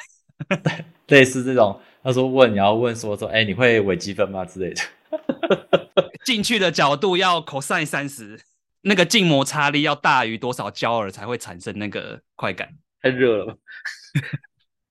B: 类似这种，他说问，然后问说说，哎、你会微积分吗之类的。
C: 进去的角度要 cosine 三十，那个静摩擦力要大于多少焦耳才会产生那个快感？
A: 太热 了。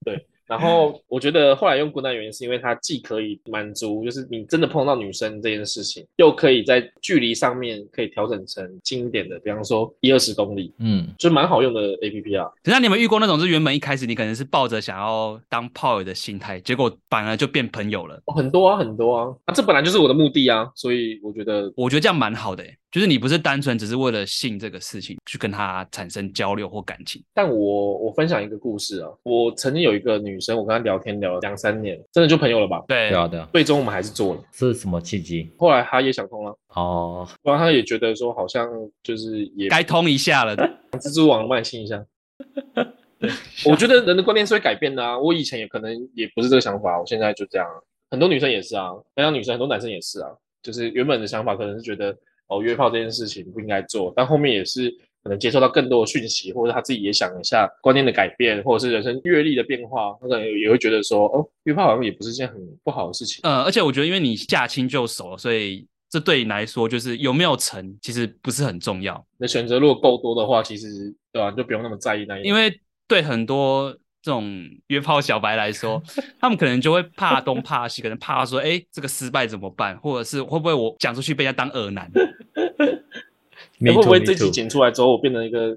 A: 对，然后我觉得后来用 Good Night 原因是因为它既可以满足，就是你真的碰到女生这件事情，又可以在距离上面可以调整成近一点的，比方说一二十公里，
B: 嗯，
A: 就蛮好用的 A P P 啊。
C: 那你有没有遇过那种，就是原本一开始你可能是抱着想要当炮友的心态，结果反而就变朋友了？
A: 哦很多啊，很多啊，啊，这本来就是我的目的啊，所以我觉得
C: 我觉得这样蛮好的、欸，就是你不是单纯只是为了性这个事情去跟他产生交流或感情，
A: 但我我分享一个故事啊，我曾经有一个女生，我跟她聊天聊了两三年，真的就朋友了吧？
C: 对
B: 对啊，对啊，
A: 最终我们还是做了。
B: 是什么契机？
A: 后来她也想通了，
B: 哦，
A: 然后她也觉得说好像就是也
C: 该通一下了。
A: 蜘蛛网慢亲一下。我觉得人的观念是会改变的啊，我以前也可能也不是这个想法，我现在就这样啊。很多女生也是啊，非常女生，很多男生也是啊，就是原本的想法可能是觉得哦约炮这件事情不应该做，但后面也是可能接受到更多的讯息，或者他自己也想一下观念的改变，或者是人生阅历的变化，他可能也会觉得说哦约炮好像也不是件很不好的事情。
C: 呃，而且我觉得，因为你驾轻就熟了，所以这对你来说就是有没有成，其实不是很重要。
A: 你的选择如果够多的话，其实对吧、你就不用那么在意那一
C: 因为对很多这种约炮小白来说，他们可能就会怕东怕西，可能怕说，哎、这个失败怎么办，或者是会不会我讲出去被人家当恶男？
B: Me
A: 会不
B: too,
A: 会
B: me
A: 这集
B: too
A: 剪出来之后，我变成一个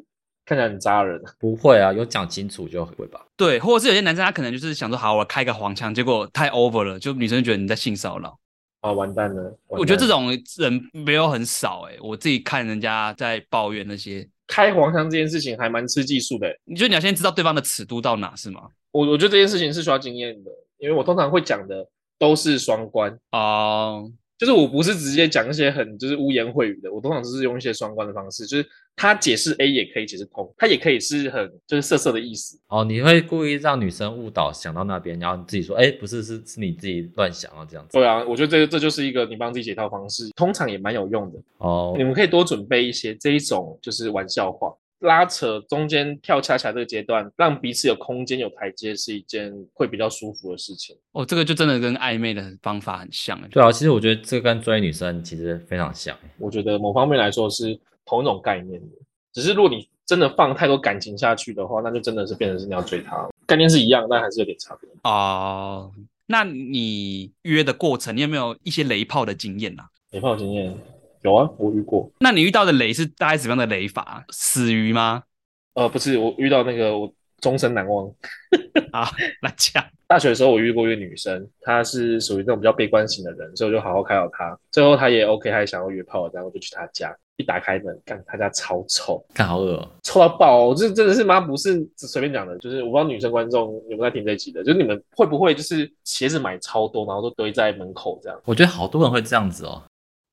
A: 看起来很渣的人？
B: 不会啊，有讲清楚就会吧。
C: 对，或者是有些男生他可能就是想说，好，我开个黄腔，结果太 over 了，就女生觉得你在性骚扰。
A: 啊，完蛋了！完
C: 我觉得
A: 蛋了
C: 这种人没有很少哎、我自己看人家在抱怨那些，
A: 开黄腔这件事情还蛮吃技术的欸、
C: 你觉得你要先知道对方的尺度到哪是吗？
A: 我我觉得这件事情是需要经验的，因为我通常会讲的都是双关，
C: 哦、
A: 就是我不是直接讲一些很就是污言秽语的，我通常只是用一些双关的方式，就是他解释 A 也可以解释通，他也可以是很就是色色的意思。
B: 哦，你会故意让女生误导，想到那边，然后你自己说，哎，不是，是是你自己乱想啊，这样子。
A: 对啊，我觉得这这就是一个你帮自己解套方式，通常也蛮有用的。
B: 哦
A: 你，们可以多准备一些这一种就是玩笑话。拉扯中间跳恰恰这个阶段，让彼此有空间、有台阶，是一件会比较舒服的事情。
C: 哦，这个就真的跟暧昧的方法很像哎、
B: 对啊，其实我觉得这跟追女生其实非常像。
A: 我觉得某方面来说是同一种概念的，只是如果你真的放太多感情下去的话，那就真的是变成是你要追他了，概念是一样，但还是有点差别。
C: 哦、那你约的过程，你有没有一些雷炮的经验啊？
A: 没炮经验有啊，我遇过。
C: 那你遇到的雷是大概什么样的雷法啊？死鱼吗？
A: 呃，不是，我遇到那个我终身难忘。
C: 啊，来讲，
A: 大学的时候，我遇过一个女生，她是属于那种比较悲观型的人，所以我就好好开导她。最后她也 OK，她也想要约炮，然后我就去她家，一打开门，看她家超臭，
B: 看好恶、哦，
A: 臭到爆、哦！这真的是妈不是随便讲的，就是我不知道女生观众有没有在听这一集的，就是你们会不会就是鞋子买超多，然后都堆在门口这样？
B: 我觉得好多人会这样子哦。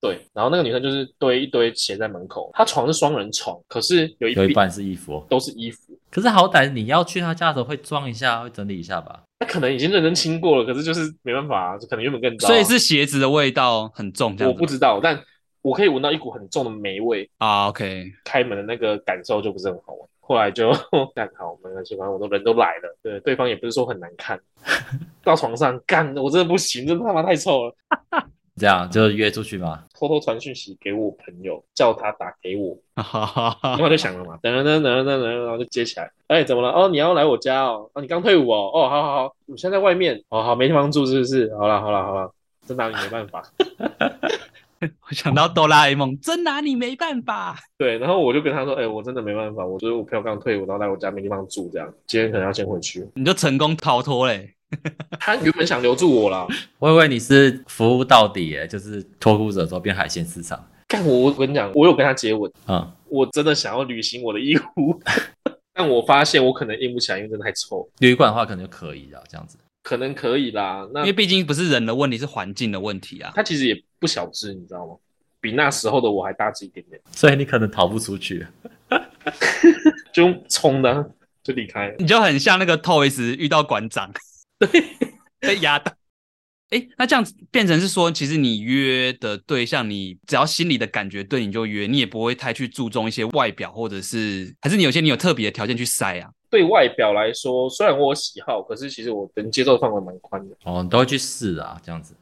A: 对，然后那个女生就是堆一堆鞋在门口，她床是双人床，可是有一
B: 有一
A: 边
B: 半是衣服哦，
A: 都是衣服，
B: 可是好歹你要去他家的时候会装一下，会整理一下吧。
A: 她可能已经认真清过了，可是就是没办法、啊，就可能原本更糟啊、
C: 所以是鞋子的味道很重，这样
A: 我
C: 子
A: 不知道，但我可以闻到一股很重的霉味，
C: 啊，OK，
A: 开门的那个感受就不是很好玩。后来就 干好，没关系，反正我都人都来了，对，对方也不是说很难看。到床上干，我真的不行，真的他妈太臭了。
B: 这样就约出去嘛。
A: 偷偷传讯息给我朋友，叫他打给我，
C: 哈哈哈
A: 电话就响了嘛，等等等等等等，然后就接起来，哎、怎么了？哦，你要来我家哦？哦，你刚退伍哦？哦，好好好，我现在在外面，哦，好，没地方住是不是？好了好了好了，真拿你没办法。
C: 我想到哆啦 A 梦，真拿你没办法。
A: 对，然后我就跟他说，哎、我真的没办法，我觉得我朋友刚退伍，然后来我家没地方住，这样今天可能要先回去。
C: 你就成功逃脱嘞、
A: 他原本想留住我啦，
B: 我以为你是服务到底耶，就是脱裤子的时候变海鲜市场。
A: 干我，我跟你讲，我有跟他接吻，
B: 嗯，
A: 我真的想要履行我的义务， 但我发现我可能硬不起来，因为真的太臭，
B: 旅馆的话可能就可以了，这样子。
A: 可能可以啦。那
C: 因为毕竟不是人的问题，是环境的问题啊。
A: 他其实也不小只，你知道吗？比那时候的我还大只一点点，
B: 所以你可能逃不出去。
A: 就用冲的啊就离开了。
C: 你就很像那个 Toys 遇到馆长，对，被压倒。哎、那这样子变成是说，其实你约的对象，你只要心里的感觉对，你就约，你也不会太去注重一些外表，或者是还是你有些你有特别的条件去筛啊。
A: 对外表来说，虽然我有喜好，可是其实我能接受的范围蛮宽的。
B: 哦，你都会去试啊，这样子。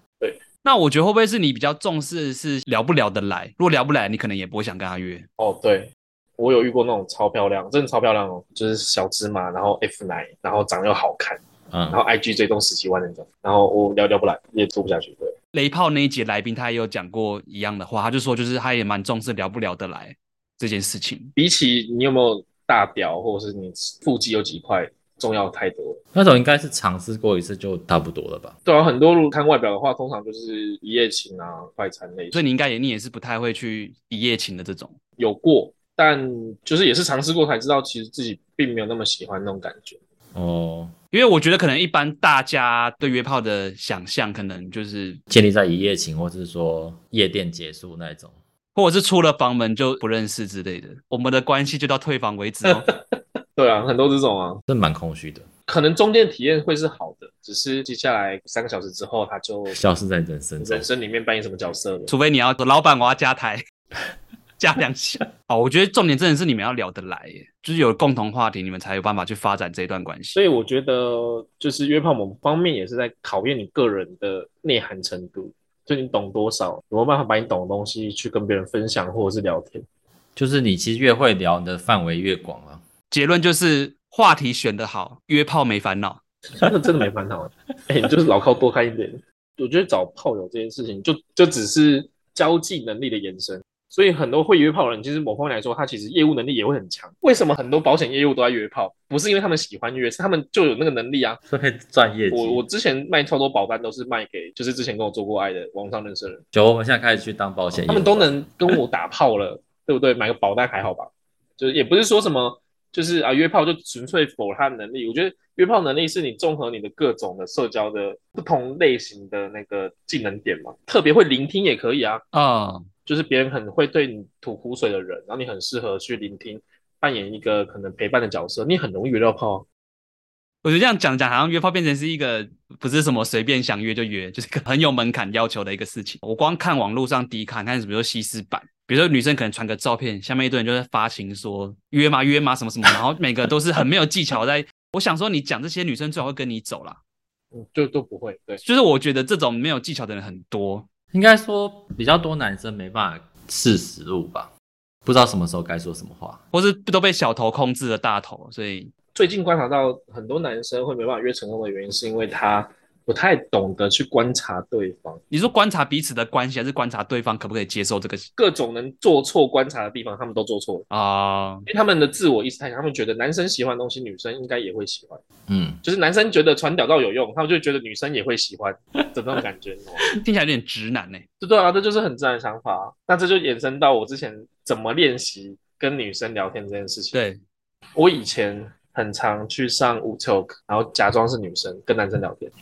C: 那我觉得会不会是你比较重视的是聊不聊得来？如果聊不来，你可能也不会想跟他约。
A: 哦，对，我有遇过那种超漂亮，真的超漂亮哦，就是小芝麻，然后 F 奶，然后长得又好看，然
B: 嗯，
A: 后 IG 追踪十几万那种，然后我聊聊不来，也做不下去。对，
C: 雷炮那一节来宾他也有讲过一样的话，他就说就是他也蛮重视聊不聊得来这件事情。
A: 比起你有没有大屌，或者是你腹肌有几块，重要太多了。
B: 那种应该是尝试过一次就差不多了吧？
A: 对啊，很多如果看外表的话，通常就是一夜情啊、快餐类型，
C: 所以你应该也你也是不太会去一夜情的这种。
A: 有过，但就是也是尝试过才知道，其实自己并没有那么喜欢那种感觉。
B: 哦，
C: 因为我觉得可能一般大家对约炮的想象，可能就是
B: 建立在一夜情，或是说夜店结束那一种。
C: 或者是出了房门就不认识之类的，我们的关系就到退房为止哦。
A: 对啊，很多这种啊，
B: 这蛮空虚的，
A: 可能中间体验会是好的，只是接下来三个小时之后，他就
B: 消失在人生中
A: 人。生里面扮演什么角色了。
C: 除非你要说老板我要加台，加两下。哦，我觉得重点真的是你们要聊得来耶，就是有共同话题，你们才有办法去发展这一段关系。
A: 所以我觉得，就是约炮某方面也是在考验你个人的内涵程度，就你懂多少，有没有办法把你懂的东西去跟别人分享或者是聊天。
B: 就是你其实越会聊，你的范围越广啊。
C: 结论就是话题选得好，约炮没烦恼。
A: 真的真的没烦恼。哎、你就是老靠多看一点。我觉得找炮友这件事情就，就只是交际能力的延伸。所以很多会约炮的人，其实某方面来说，他其实业务能力也会很强。为什么很多保险业务都在约炮？不是因为他们喜欢约，是他们就有那个能力啊。
B: 是会赚业绩。
A: 我我之前卖超多保单都是卖给，就是之前跟我做过爱的网上认识的人，
B: 就我们现在开始去当保险业务，
A: 他们都能跟我打炮了， 对不对？买个保单还好吧？就是也不是说什么，就是啊约炮就纯粹否他的能力。我觉得约炮能力是你综合你的各种的社交的不同类型的那个技能点嘛，特别会聆听也可以啊，
C: 啊、
A: 就是别人很会对你吐苦水的人，然后你很适合去聆听，扮演一个可能陪伴的角色，你很容易约到炮啊。
C: 我觉得这样讲讲，好像约炮变成是一个不是什么随便想约就约，就是一个很有门槛要求的一个事情。我光看网络上低看，看什么说西施版，比如说女生可能传个照片，下面一堆人就在发情说约嘛约嘛什么什么，然后每个都是很没有技巧在。我想说，你讲这些女生最好会跟你走啦，
A: 嗯，就都不会对。
C: 就是我觉得这种没有技巧的人很多，
B: 应该说比较多男生没办法试实物吧，不知道什么时候该说什么话。
C: 或是都被小头控制了大头，所以
A: 最近观察到很多男生会没办法约成功的原因，是因为他不太懂得去观察对方，
C: 你说观察彼此的关系，还是观察对方可不可以接受这个
A: 各种能做错观察的地方，他们都做错了。
C: 啊、
A: 因为他们的自我意识太强，他们觉得男生喜欢的东西，女生应该也会喜欢。
B: 嗯，
A: 就是男生觉得传屌照有用，他们就觉得女生也会喜欢的那种感觉。你懂吗
C: 听起来有点直男呢、欸
A: 对对啊，这就是很自然的想法、啊。那这就衍生到我之前怎么练习跟女生聊天这件事情。
C: 对，
A: 我以前很常去上五球课，然后假装是女生跟男生聊天。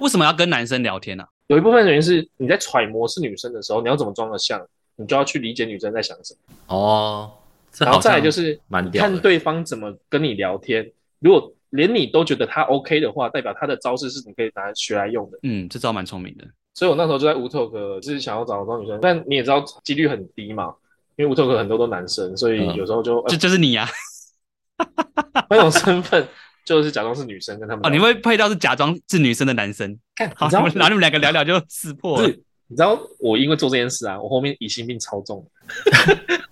C: 为什么要跟男生聊天呢、啊？
A: 有一部分原因是你在揣摩是女生的时候，你要怎么装得像，你就要去理解女生在想什么。
B: 哦，这
A: 然
B: 好
A: 后
B: 像
A: 再来就是
B: 蛮屌
A: 看
B: 的。
A: 对方怎么跟你聊天，如果连你都觉得他 OK 的话，代表他的招式是你可以拿来学来用的。
C: 嗯，这招蛮聪明的。
A: 所以我那时候就在无 talk，就是想要找到女生，但你也知道几率很低嘛，因为无 talk 很多都男生，所以
B: 嗯
A: 有时候就、呃
C: 这就是你啊呀、
A: 那种身份 就是假装是女生跟他们
C: 啊！哦，你
A: 聊
C: 会配到是假装是女生的男生，
A: 干，
C: 好，
A: 你知道
C: 然后你们两个聊聊就识破
A: 不
C: 了
A: 是。你知道我因为做这件事啊，我后面疑心病超重，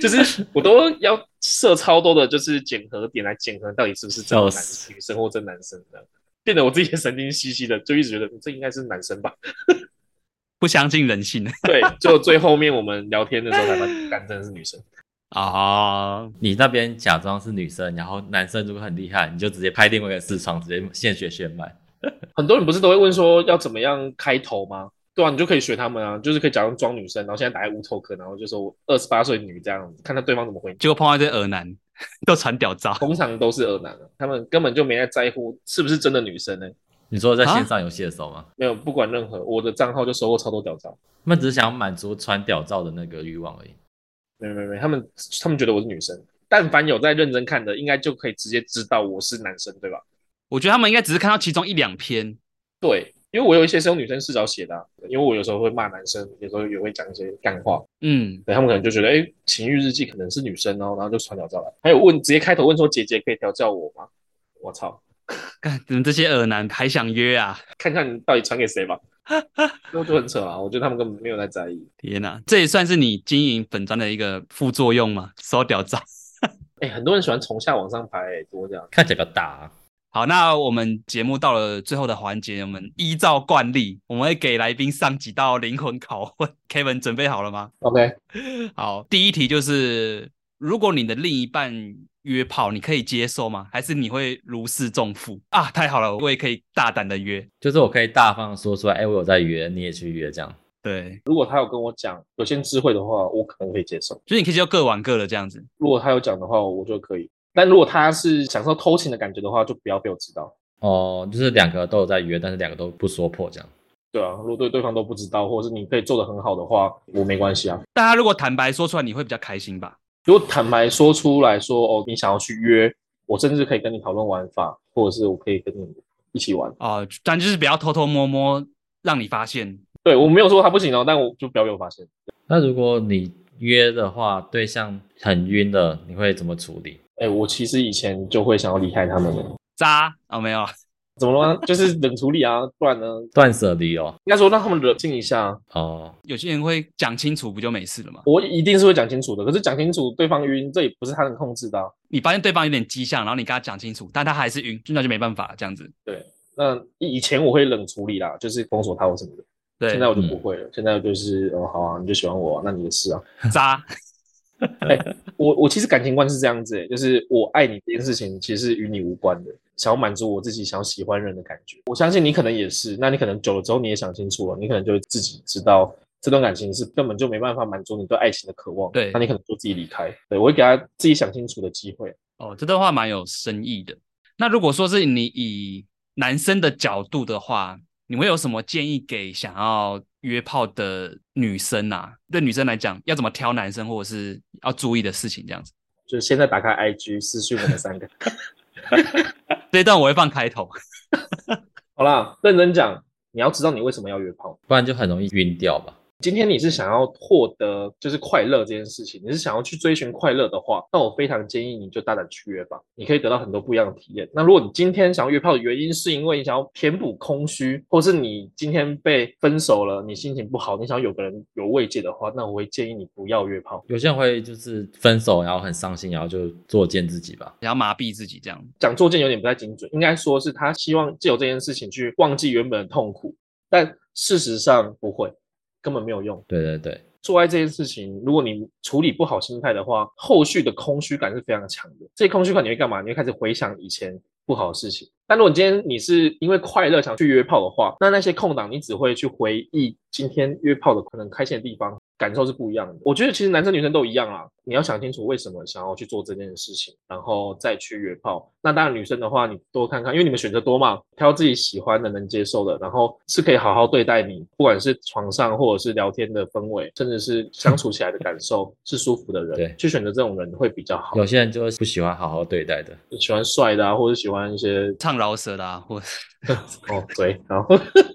A: 就是我都要设超多的，就是检核点来检核到底是不是真的
B: 笑
A: 男女生或真男生的，变得我自己也神经兮兮的，就一直觉得嗯这应该是男生吧。
C: 不相信人性
A: 对，就最后面我们聊天的时候才发现，干真的是女生。
C: 啊！
B: 你那边假装是女生，然后男生如果很厉害，你就直接拍另外一个市场，直接现学现卖。
A: 很多人不是都会问说要怎么样开头吗？对啊，你就可以学他们啊，就是可以假装装女生，然后现在打开乌头壳，然后就说我二十八岁女这样子，看他对方怎么回你。
C: 结果碰到一堆耳男，都传屌照。
A: 通常都是二男啊，他们根本就没在在乎是不是真的女生呢、
B: 你说在
C: 啊
B: 线上游戏的时候吗？
A: 没有，不管任何，我的账号就收过超多屌照。
B: 他们只是想满足穿屌照的那个欲望而已。
A: 没有没有没有，他们他们觉得我是女生，但凡有在认真看的，应该就可以直接知道我是男生，对吧？
C: 我觉得他们应该只是看到其中一两篇，
A: 对，因为我有一些是用女生视角写的啊、因为我有时候会骂男生，有时候也会讲一些干话，
C: 嗯，
A: 对他们可能就觉得，哎，情欲日记可能是女生哦，然后就传屌照来，还有问直接开头问说姐姐可以调教我吗？我操，
C: 看你们这些耳男还想约啊？
A: 看看你到底传给谁吧，那就很扯啊，我觉得他们根本没有在在意。
C: 天哪、这也算是你经营粉砖的一个副作用吗？收屌照。
A: 哎、很多人喜欢从下往上排、欸，多这样。
B: 看起来比较大、啊，
C: 好，那我们节目到了最后的环节，我们依照惯例，我们会给来宾上几道灵魂拷问。Kevin 准备好了吗？
A: OK，
C: 好，第一题就是，如果你的另一半约炮，你可以接受吗？还是你会如释重负啊？太好了，我也可以大胆的约。
B: 就是我可以大方地说出来，哎、我有在约，你也去约这样。
C: 对，
A: 如果他有跟我讲有些智慧的话，我可能可以接受；
C: 就是你可以就各玩各的这样子。
A: 如果他有讲的话，我就可以。但如果他是享受偷情的感觉的话，就不要被我知道。
B: 哦，就是两个都有在约，但是两个都不说破这样。
A: 对啊，如果对对方都不知道，或者是你可以做的很好的话，我没关系啊。
C: 大家如果坦白说出来，你会比较开心吧？
A: 如果坦白说出来说，哦，你想要去约，我甚至可以跟你讨论玩法，或者是我可以跟你一起玩。
C: 哦、但就是不要偷偷摸摸让你发现。
A: 对我没有说他不行哦，但我就不要被我发现。
B: 那如果你约的话，对象很晕的，你会怎么处理？
A: 哎、我其实以前就会想要离开他们的。
C: 渣哦，没有啊，
A: 怎么了吗？就是冷处理啊，不然呢？
B: 断舍离哦，
A: 应该说让他们冷静一下。啊
B: 哦，
C: 有些人会讲清楚，不就没事了吗？
A: 我一定是会讲清楚的，可是讲清楚对方晕，这也不是他能控制的啊、
C: 你发现对方有点迹象，然后你跟他讲清楚，但他还是晕，那就没办法这样子。
A: 那以以前我会冷处理啦，就是封锁他或什么的。
C: 对，嗯
A: 现在我就不会了，现在就是哦，好啊，你就喜欢我啊、那你的事啊。
C: 渣，
A: 我我其实感情观是这样子、欸，就是我爱你这件事情其实是与你无关的，想要满足我自己想要喜欢人的感觉。我相信你可能也是，那你可能久了之后你也想清楚了，你可能就会自己知道这段感情是根本就没办法满足你对爱情的渴望，
C: 对
A: 那你可能就自己离开。对我会给他自己想清楚的机会。
C: 哦，这段话蛮有深意的。那如果说是你以男生的角度的话，你会有什么建议给想要约炮的女生啊？对女生来讲，要怎么挑男生，或者是要注意的事情这样子？
A: 就是现在打开 IG 私讯我们三个。
C: 这一段我会放开头。
A: 好啦，认真讲，你要知道你为什么要约炮。
B: 不然就很容易晕掉吧。
A: 今天你是想要获得就是快乐这件事情，你是想要去追寻快乐的话，那我非常建议你就大胆去约吧，你可以得到很多不一样的体验。那如果你今天想要约炮的原因是因为你想要填补空虚，或是你今天被分手了，你心情不好，你想要有个人有慰藉的话，那我会建议你不要约炮。
B: 有些人会就是分手，然后很伤心，然后就作践自己吧。
C: 想要麻痹自己这样。
A: 讲作践有点不太精准，应该说是他希望借由这件事情去忘记原本的痛苦，但事实上不会，根本没有用。
B: 对对对，
A: 做爱这件事情，如果你处理不好心态的话，后续的空虚感是非常强的。这空虚感你会干嘛？你会开始回想以前不好的事情。但如果你今天你是因为快乐想去约炮的话，那那些空档你只会去回忆今天约炮的可能开心的地方，感受是不一样的。我觉得其实男生女生都一样啊，你要想清楚为什么想要去做这件事情，然后再去约炮。那当然女生的话，你多看看，因为你们选择多嘛，挑自己喜欢的、能接受的，然后是可以好好对待你，不管是床上或者是聊天的氛围，甚至是相处起来的感受是舒服的人，
B: 对
A: 去选择这种人会比较好。
B: 有些人就是不喜欢好好对待的。
A: 喜欢帅的啊，或者喜欢一些
C: 唱饶舌啦、或者
A: 哦对，然后。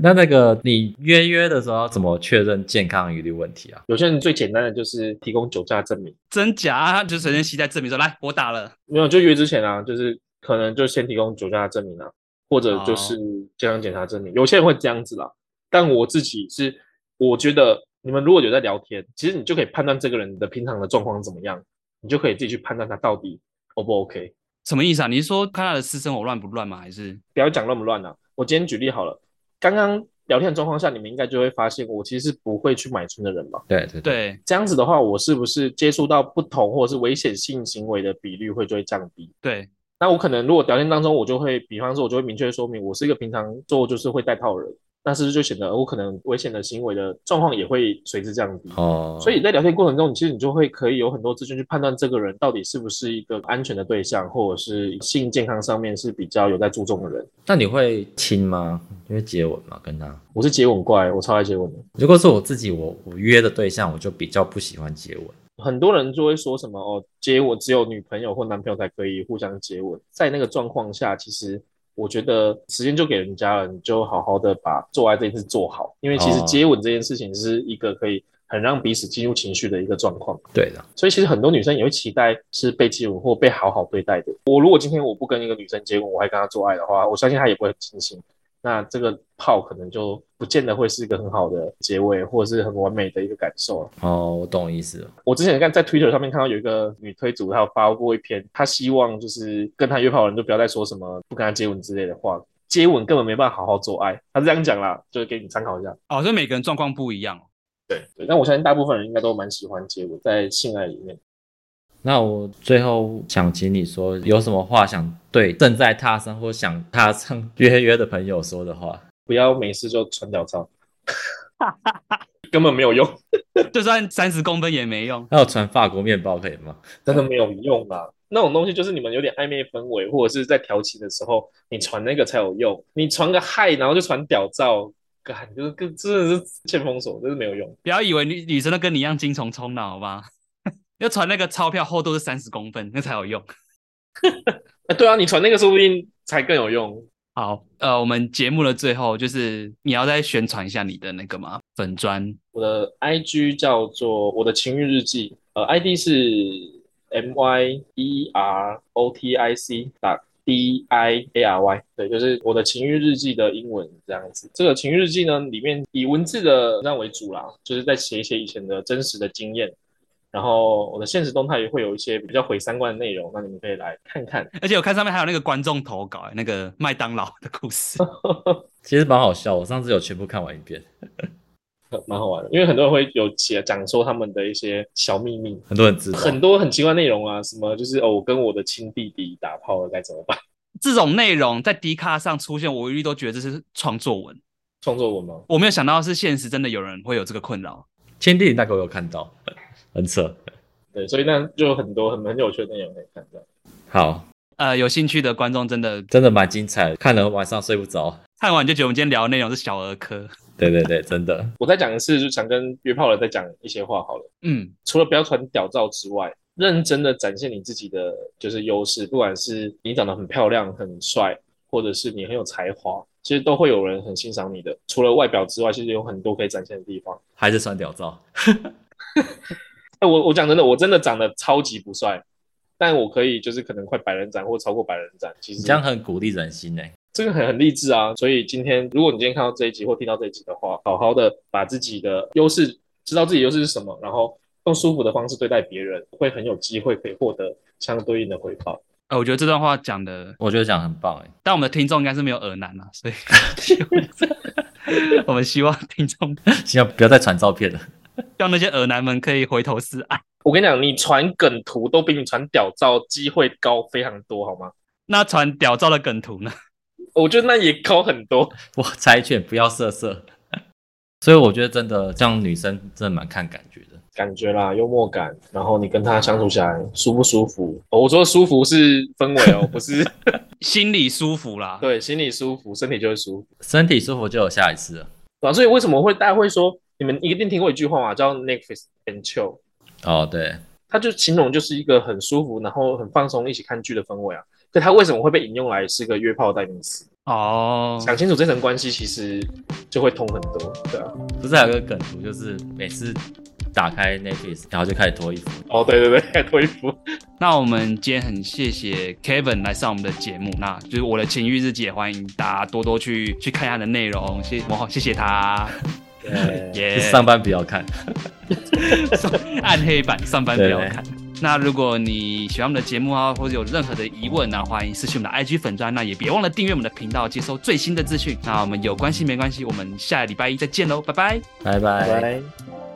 B: 那那个你约约的时候要怎么确认健康疑虑问题啊？
A: 有些人最简单的就是提供酒驾证明，
C: 真假啊，就随便携带证明说，来我打了，
A: 没有就约之前啊，就是可能就先提供酒驾证明啊，或者就是健康检查证明。有些人会这样子啦，但我自己是我觉得你们如果有在聊天，其实你就可以判断这个人的平常的状况怎么样，你就可以自己去判断他到底 O 不 OK。
C: 什么意思啊？你是说看他的私生活乱不乱吗？还是
A: 不要讲乱不乱啊。我今天举例好了，刚刚聊天的状况下，你们应该就会发现，我其实是不会去买春的人吧。
B: 对对对，
C: 对
A: 这样子的话，我是不是接触到不同或者是危险性行为的比率会就会降低？
C: 对
A: 那我可能如果聊天当中，我就会，比方说，我就会明确说明，我是一个平常做就是会戴套的人，那是不是就显得我可能危险的行为的状况也会随之降低？
B: 哦，
A: 所以在聊天过程中，你其实你就会可以有很多资讯去判断这个人到底是不是一个安全的对象，或者是性健康上面是比较有在注重的人。
B: 那你会亲吗？你会接吻吗？跟他？
A: 我是接吻怪，我超爱接吻的。
B: 如果是我自己，我我约的对象，我就比较不喜欢接吻。
A: 很多人就会说什么哦，接吻只有女朋友或男朋友才可以互相接吻。在那个状况下，其实我觉得时间就给人家了，你就好好的把做爱这件事做好，因为其实
B: 哦
A: 接吻这件事情是一个可以很让彼此进入情绪的一个状况。
B: 对的，
A: 所以其实很多女生也会期待是被接吻或被好好对待的。我如果今天我不跟一个女生接吻，我还跟她做爱的话，我相信她也不会很尽兴。那这个泡可能就不见得会是一个很好的结尾，或者是很完美的一个感受了。
B: 哦，我懂意思了。
A: 我之前看在 Twitter 上面看到有一个女推主，她有发过一篇，她希望就是跟她约炮的人就不要再说什么不跟她接吻之类的话，接吻根本没办法好好做爱，她是这样讲啦，就是给你参考一下。
C: 哦，所以每个人状况不一样哦。
A: 对对，但我相信大部分人应该都蛮喜欢接吻，在性爱里面。
B: 那我最后想请你说，有什么话想对正在踏上或想踏上约约的朋友说的话？
A: 不要没事就穿屌照，根本没有用，
C: 就算三十公分也没用。
B: 还有传法国面包可以吗？
A: 真的没有用啦。那种东西就是你们有点暧昧氛围，或者是在调情的时候，你传那个才有用。你传个嗨，然后就传屌照，干，就是跟真的是欠封锁，真是没有用。
C: 不要以为女女生都跟你一样精虫充脑，好吧？ 要传那个钞票厚度是三十公分，那才有用。
A: 啊，对啊，你传那个说不定才更有用。
C: 好，呃，我们节目的最后就是你要再宣传一下你的那个嘛粉砖
A: 我的 IG 叫做我的情欲日记，呃，ID 是 m y e r o t i c D I A R Y，对，就是我的情欲日记的英文这样子。这个情欲日记呢，里面以文字的那为主啦，就是在写一些以前的真实的经验。然后我的现实动态也会有一些比较毁三观的内容，那你们可以来看看。
C: 而且我看上面还有那个观众投稿，那个麦当劳的故事。
B: 其实蛮好笑。我上次有全部看完一遍，
A: 蛮好玩的，因为很多人会有写讲说他们的一些小秘密，
B: 很多人知道。
A: 很多很奇怪内容啊，什么就是哦，我跟我的亲弟弟打炮了该怎么办？
C: 这种内容在 D 卡上出现，我一律都觉得这是创作文。
A: 创作文吗？
C: 我没有想到是现实真的有人会有这个困扰。
B: 千弟那个我有看到， 很扯。
A: 对，所以那就有很多很很有趣的内容可以看到。
B: 好，
C: 呃，有兴趣的观众真的
B: 真的蛮精彩的，看了晚上睡不着。
C: 看完就觉得我们今天聊的内容是小儿科。
B: 对对对，真的。
A: 我再讲一次，就想跟约炮人再讲一些话好了。
C: 嗯，
A: 除了不要传屌照之外，认真的展现你自己的就是优势，不管是你长得很漂亮、很帅，或者是你很有才华，其实都会有人很欣赏你的。除了外表之外，其实有很多可以展现的地方。
B: 还是酸屌照，
A: 哎，我我讲真的，我真的长得超级不帅，但我可以就是可能快百人斩或超过百人斩。其
B: 你
A: 实
B: 这样很鼓励人心欸呢、
A: 这个很很励志啊！所以今天，如果你今天看到这一集或听到这一集的话，好好的把自己的优势，知道自己优势是什么，然后用舒服的方式对待别人，会很有机会可以获得相对应的回报。
C: 呃，我觉得这段话讲的，
B: 我觉得讲很棒哎、
C: 但我们的听众应该是没有耳难啊，所以 我们希望听众
B: 希望不要再传照片了。
C: 让那些耳男们可以回头是岸。
A: 我跟你讲，你传梗图都比你传屌照机会高非常多，好吗？
C: 那传屌照的梗图呢？
A: 我觉得那也高很多。
B: 我猜拳不要色色。 所以我觉得真的，这样女生真的蛮看感觉的。
A: 感觉啦，幽默感，然后你跟他相处起来舒不舒服？哦、我说舒服是氛围哦，不是
C: 心里舒服啦。
A: 对，心里舒服，身体就会舒服。
B: 身体舒服就有下一次了。
A: 对啊，所以为什么会大家会说，你们一定听过一句话嘛，叫 Netflix and chill，
B: 哦，对，
A: 它就形容就是一个很舒服，然后很放松一起看剧的氛围啊。所以它为什么会被引用来是个约炮代名词？
C: 哦，
A: 想清楚这层关系，其实就会通很多。对啊，
B: 不是还有个梗图，就是每次打开 Netflix，然后就开始脱衣服。
A: 哦，对对对， 脱衣服，
C: 那我们今天很谢谢 Kevin 来上我们的节目，那就是我的情欲日记，也欢迎大家多多去去看一下他的内容，谢我好谢谢他，
A: 耶，
C: 耶、
B: 去上班不要看，
C: 暗黑版上班不
B: 对
C: 要看。那如果你喜欢我们的节目啊，或者有任何的疑问啊，欢迎私讯我们的 IG 粉专，那也别忘了订阅我们的频道，接收最新的资讯。那我们有关系没关系，我们下礼拜一再见喽，拜拜。
B: 拜拜。
A: 拜拜